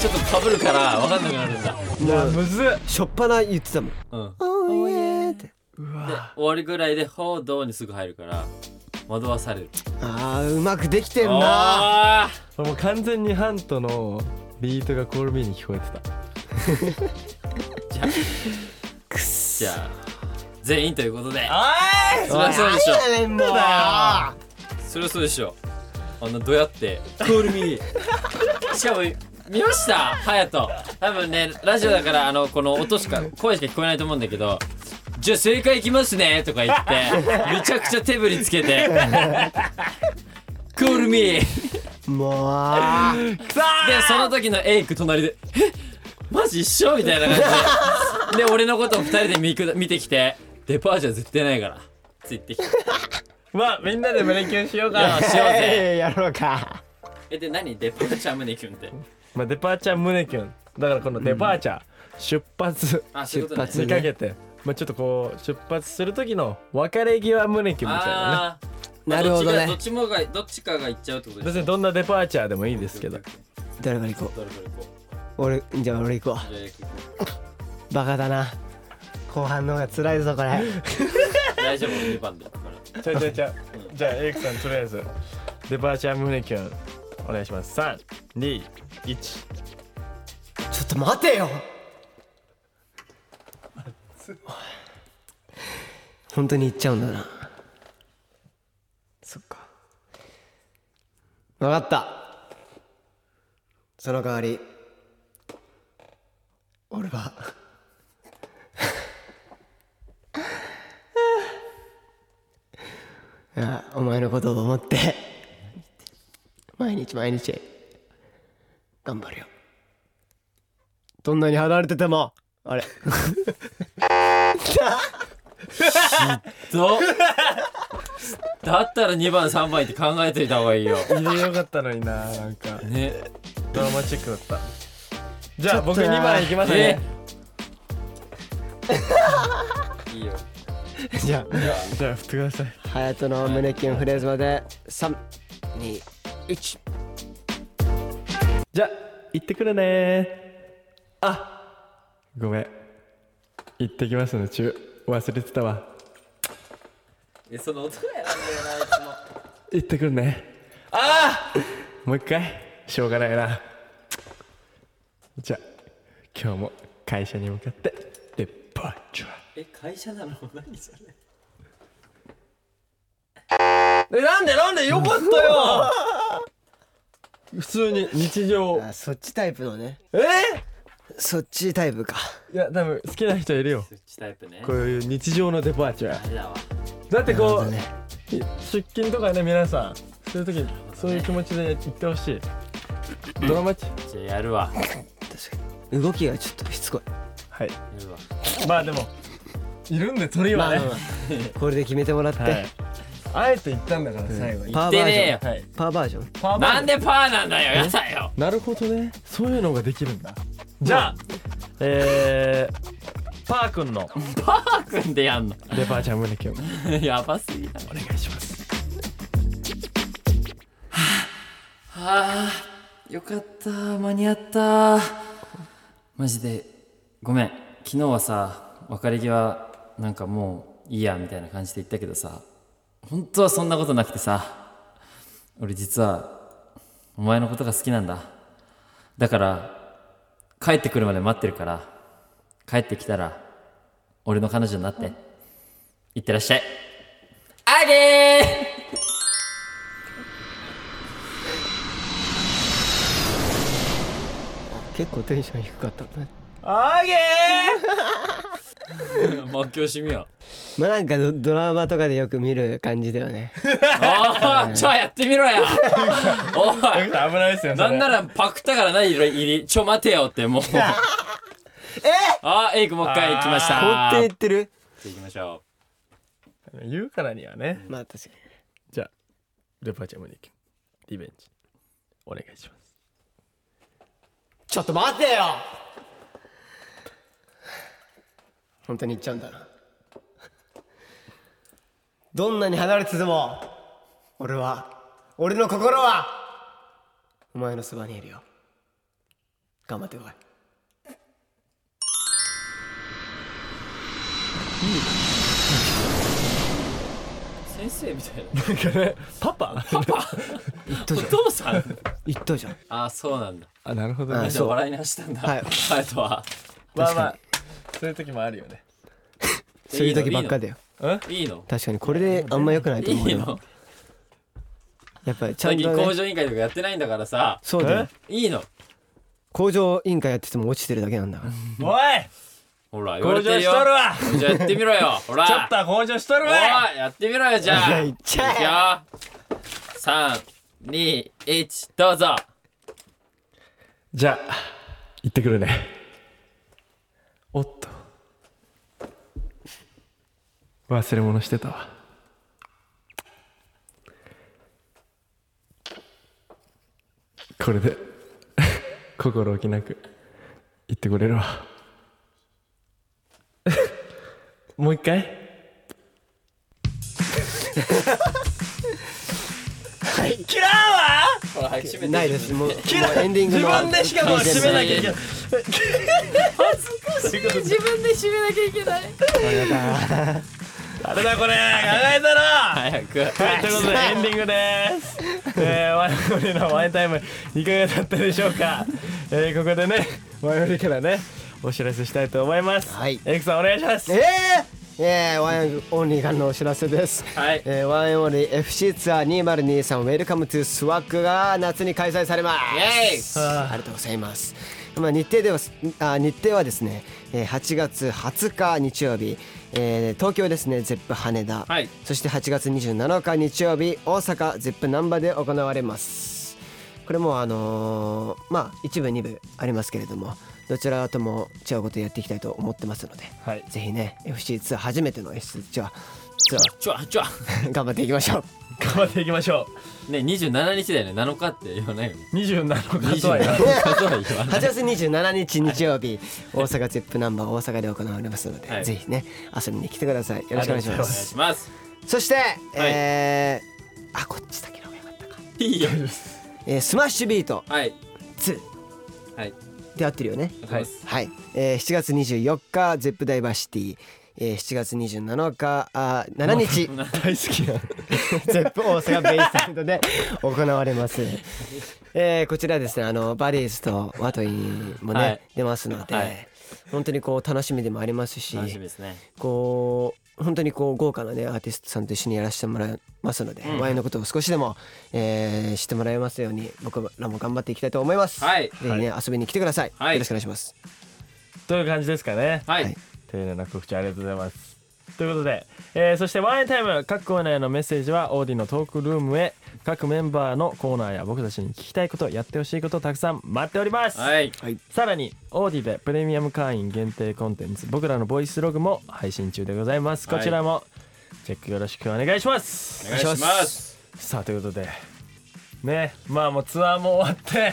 Speaker 1: ちょっと被るから分かんなくなるんだ
Speaker 2: いやむずっ
Speaker 3: しょっぱな言ってたもん
Speaker 1: うん
Speaker 3: おーいえーって
Speaker 1: で終わりぐらいで「ほうどう」にすぐ入るから惑わされる
Speaker 3: あーうまくできてんな
Speaker 1: あ
Speaker 2: これもう完全にハントのビートがコールミーに聞こえてた
Speaker 1: じゃあ全員ということで
Speaker 2: あ
Speaker 1: そりゃそうでしょ
Speaker 3: やねんもうあ
Speaker 1: そりゃそうでしょあのどうやって「クールミー」しかも見ました隼人多分ねラジオだからあのこの音しか声しか聞こえないと思うんだけど「じゃあ正解いきますね」とか言ってめちゃくちゃ手振りつけて「クールミー」
Speaker 3: もう
Speaker 1: でその時のエイク隣で「えマジ一緒?」みたいな感じでで俺のことを2人で見く見てきて「デパーチャー絶対ないから」ついてきて「
Speaker 2: まあみんなで胸キュンしよう
Speaker 1: いや
Speaker 2: か
Speaker 1: しようぜ
Speaker 3: (laughs) えーやろうか」
Speaker 1: えで何デパーチャー胸キュンって
Speaker 2: まあデパーチャー胸キュンだからこのデパーチャー、出発
Speaker 1: あそういうことね
Speaker 3: 出発
Speaker 2: にかけてまあ、ちょっとこう出発する時の別れ際胸キュンみたい (laughs) なね
Speaker 1: あー
Speaker 3: なるほどね
Speaker 1: どっちもがどっちかが行っちゃうってことです
Speaker 2: 別
Speaker 1: ね
Speaker 2: にどんなデパーチャーでもいいですけど
Speaker 3: 誰から行こ
Speaker 1: どれどれこ
Speaker 3: う俺じゃあ俺行こ
Speaker 1: うじゃあ行こ
Speaker 3: うバカだな後半の方が辛いぞこれ
Speaker 1: う大丈夫2番で行くから
Speaker 2: ちゃうちゃうちゃうじゃあエイクさんとりあえずデパーチャー胸キュンお願いします321
Speaker 3: ちょっと待てよ本当に行っちゃうんだなそっか分かったその代わり俺は (laughs) いやお前のことを思って毎日毎日頑張るよどんなに離れててもあれ
Speaker 1: どだったら2番3番行って考えといた方がいいよ
Speaker 2: 入れよかったのにななんか
Speaker 1: ね
Speaker 2: ドラマチックだったじゃあ僕
Speaker 3: ちょっとな
Speaker 2: 2番いきますね、
Speaker 1: (laughs) いいよ
Speaker 3: (laughs) じゃあ
Speaker 2: じゃあ振ってください
Speaker 3: ハヤトの胸キュンフレーズまで321
Speaker 2: じゃあ行ってくるねあごめん行ってきますの中忘れてたわ
Speaker 1: えその音がやらんだよな
Speaker 2: 行ってくるねああもう一回しょうがないなじゃあ今日も会社に向かってデパーチ
Speaker 1: いつ
Speaker 2: ャー
Speaker 1: もえ会社なの何それ
Speaker 2: えなんでなんでよかったよ普通に日常
Speaker 3: あそっちタイプのね
Speaker 2: え
Speaker 3: そっちタイプか
Speaker 2: いや多分好きな人いるよ
Speaker 1: そっちタイプね
Speaker 2: こういう日常のデパーチャ
Speaker 1: あれだわ
Speaker 2: ーだってこう、
Speaker 3: ね
Speaker 2: い出勤とかね皆さんそういう時そういう気持ちで行ってほしいドラマチ
Speaker 1: じゃあやるわ
Speaker 3: 確かに動きがちょっとしつこい
Speaker 2: はい
Speaker 1: やるわ
Speaker 2: まあでもいるんで鳥はね、
Speaker 3: これで決めてもらって、
Speaker 2: はい (laughs) あえて言ったんだから最後に
Speaker 3: パーバージ
Speaker 1: で
Speaker 3: ョン
Speaker 1: ね
Speaker 2: はい
Speaker 3: パーバージョン
Speaker 2: パー
Speaker 1: え
Speaker 2: バー
Speaker 1: なんでパーなんだよやだよ
Speaker 2: なるほどねそういうのができるんだじゃあえー、パー君の
Speaker 1: パーくんでやんの (laughs)
Speaker 2: デパーチャー胸キュン
Speaker 1: やばすぎだ
Speaker 2: お願いします
Speaker 1: あーよかった間に合ったマジでごめん昨日はさ別れ際なんかもういいやみたいな感じで言ったけどさ本当はそんなことなくてさ俺実はお前のことが好きなんだだから帰ってくるまで待ってるから帰ってきたら俺の彼女になっていってらっしゃいあげー
Speaker 3: 結構テンション低かったね
Speaker 2: あげ
Speaker 1: (laughs) まあ今日しみや。
Speaker 3: まあなんかドドラマとかでよく見る感じだよ (laughs) ね
Speaker 1: ああ、じゃあやってみろ
Speaker 3: (laughs)
Speaker 1: や。おい、
Speaker 2: ー危ないですよそれ
Speaker 1: なんならパクったからない色入り、ちょ待てよって
Speaker 3: (laughs)
Speaker 1: もう。えあー、エイクもう一回行きました。
Speaker 3: 本当に
Speaker 1: 行
Speaker 3: 言ってる
Speaker 1: きましょ
Speaker 2: 言うからにはね
Speaker 3: まあ確かに
Speaker 2: じゃあデパーチャー胸キュンリベンジお願いします
Speaker 3: ちょっと待てよ本当に言っちゃうんだなどんなに離れてても俺は俺の心はお前のそばにいるよ頑張ってこい
Speaker 1: うん。先生みたいな。
Speaker 2: なんかねパパパパ
Speaker 3: 言ったじゃん
Speaker 1: お父さん。
Speaker 3: 言ったじゃん
Speaker 1: ああ、そうなんだ。
Speaker 2: (laughs) あなるほど
Speaker 3: あ
Speaker 2: ね
Speaker 1: じゃあ笑いなしたんだ。
Speaker 3: はい
Speaker 1: あとは。
Speaker 2: まあまあそういう時もあるよね
Speaker 3: そういう時ばっかだよ
Speaker 2: うん
Speaker 1: いいの。
Speaker 3: 確かにこれであんま良くないと
Speaker 1: いい
Speaker 3: 思
Speaker 1: の。
Speaker 3: う
Speaker 1: いい
Speaker 3: よ
Speaker 1: の。
Speaker 3: やっぱりちゃ
Speaker 1: 最
Speaker 3: ん
Speaker 1: 近
Speaker 3: と、
Speaker 1: 工
Speaker 3: ね、
Speaker 1: 場委員会とかやってないんだからさ。
Speaker 3: そうだよ
Speaker 1: いいの。
Speaker 3: 工場委員会やってても落ちてるだけなんだから
Speaker 2: おい
Speaker 1: ほら、言わ
Speaker 2: 向
Speaker 1: れて
Speaker 2: 上
Speaker 1: る
Speaker 2: し
Speaker 1: よ。
Speaker 2: とるわ
Speaker 1: じゃあやってみろよ。ほら。
Speaker 2: ちょっと向上しとる
Speaker 1: おい
Speaker 2: わ
Speaker 1: やってみろよじゃ
Speaker 3: い
Speaker 1: あ
Speaker 3: やいっちゃえ
Speaker 1: いくよ321どうぞ
Speaker 2: じゃあ行ってくるねおっと忘れ物してたわこれで (laughs) 心置きなく行ってくれるわもう一回
Speaker 3: はい
Speaker 2: キラーは
Speaker 1: ほら、はい、閉めて。
Speaker 3: ないですもうもう
Speaker 2: キラー
Speaker 3: エンディング
Speaker 2: 自
Speaker 3: の
Speaker 2: 分でしかも締 (laughs) めなきゃいけない
Speaker 1: 自分で締めなきゃいけない。
Speaker 2: あれだこれ考えたら
Speaker 1: 早く。
Speaker 2: はい、ということでエンディングです。えー、ワイオリのワインタイムいかがだったでしょうか。えー、ここでね、ワイオリからね、お知らせしたいと思います。
Speaker 3: はい
Speaker 2: エクさんお願いします。
Speaker 3: えー、えー、ワインオンリーからのお知らせです、
Speaker 1: はい
Speaker 3: えー、ワインオンリー FC ツアー2023ウェルカムトゥスワッグが夏に開催されます
Speaker 1: イエ
Speaker 3: ありがとうございますまあ、日程ではあ日程はですね、えー、8月20日日曜日、えー、東京ですねゼップ羽田、
Speaker 1: はい
Speaker 3: そして8月27日日曜日大阪ゼップ難波で行われますこれもあのーまあ一部二部ありますけれどもどちらとも違うことやっていきたいと思ってますので、
Speaker 2: はい
Speaker 3: ぜひね FC ツアー初めての FC ツアーツア
Speaker 1: ちょちょ。
Speaker 3: ー (laughs) 頑張っていきましょう
Speaker 2: 頑張っていきましょ
Speaker 1: ね、二十七日だよね。七日って言わないよね。
Speaker 2: う。27
Speaker 1: 二
Speaker 2: 日
Speaker 1: 十
Speaker 2: と
Speaker 1: 七
Speaker 2: は言わ
Speaker 1: 日
Speaker 2: ない
Speaker 1: とは言わない。
Speaker 3: 8月27日日曜日大阪ゼップナンバー大阪で行われますので、
Speaker 1: はい
Speaker 3: ぜひね遊びに来てくださいよろしくお願いし
Speaker 2: あり
Speaker 1: お願
Speaker 2: がとうご
Speaker 3: ま
Speaker 1: い
Speaker 3: す
Speaker 1: します。
Speaker 3: そして、えー、あこっちだけの方がよかったか、
Speaker 1: いいよ。
Speaker 3: えー、スマッシュビート
Speaker 1: はい。
Speaker 3: 2
Speaker 1: はい。
Speaker 3: で合ってるよね
Speaker 1: はい。
Speaker 3: はい、えー、7月24日ゼップダイバーシティ、えー、7月27日あー7日
Speaker 2: 大好きな。
Speaker 3: ゼップ大阪ベイサイドで行われます。えー、こちらですねあのバリーズとワトインもね、
Speaker 1: はい
Speaker 3: 出ますので、
Speaker 1: はい
Speaker 3: 本当にこう楽しみでもありますし
Speaker 1: 楽しみですね。
Speaker 3: こう本当にこう豪華なねアーティストさんと一緒にやらせてもらいますので、ワインのことを少しでも、えー、知ってもらえますように僕らも頑張っていきたいと思います。
Speaker 1: はい
Speaker 3: ぜひね、遊びに来てください,、
Speaker 1: はい
Speaker 3: よろしくお願いします。
Speaker 2: という感じですかね。
Speaker 1: は
Speaker 3: はいい。
Speaker 2: 丁寧な告知ありがとうございます。ということで、えーそしてワインタイム各コーナーへのメッセージはオーディのトークルームへ各メンバーのコーナーや僕たちに聞きたいことやってほしいことをたくさん待っております。
Speaker 1: はい。
Speaker 2: さらにオーディでプレミアム会員限定コンテンツ僕らのボイスログも配信中でございます
Speaker 1: はい
Speaker 2: こちらもチェックよろしくお願いしま
Speaker 1: お
Speaker 2: す
Speaker 1: 願いします。
Speaker 2: さあということでねまあもうツアーも終わって、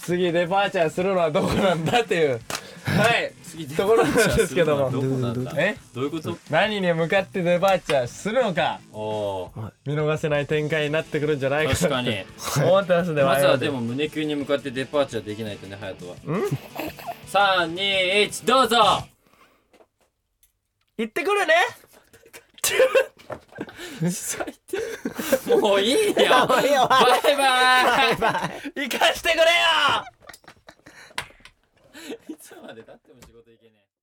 Speaker 2: 次デパーチャーするのはどこなんだっていうはい
Speaker 1: 次
Speaker 2: ところなんですけども
Speaker 1: どこなんだ
Speaker 2: え
Speaker 1: どういうこと
Speaker 2: 何に向かってデパーチャーするのか
Speaker 1: おー
Speaker 2: 見逃せない展開になってくるんじゃないかな
Speaker 1: 確か (laughs) に。
Speaker 2: 思ってますんで
Speaker 1: まずは
Speaker 2: 我々
Speaker 1: でも胸キュンに向かってデパーチャーできないとね、ハヤトは。三二一どうぞ
Speaker 2: 行ってくるね
Speaker 1: (laughs) もういいよバイバイ
Speaker 2: 行かしてくれよ
Speaker 1: いつまでたっても仕事行けねえ。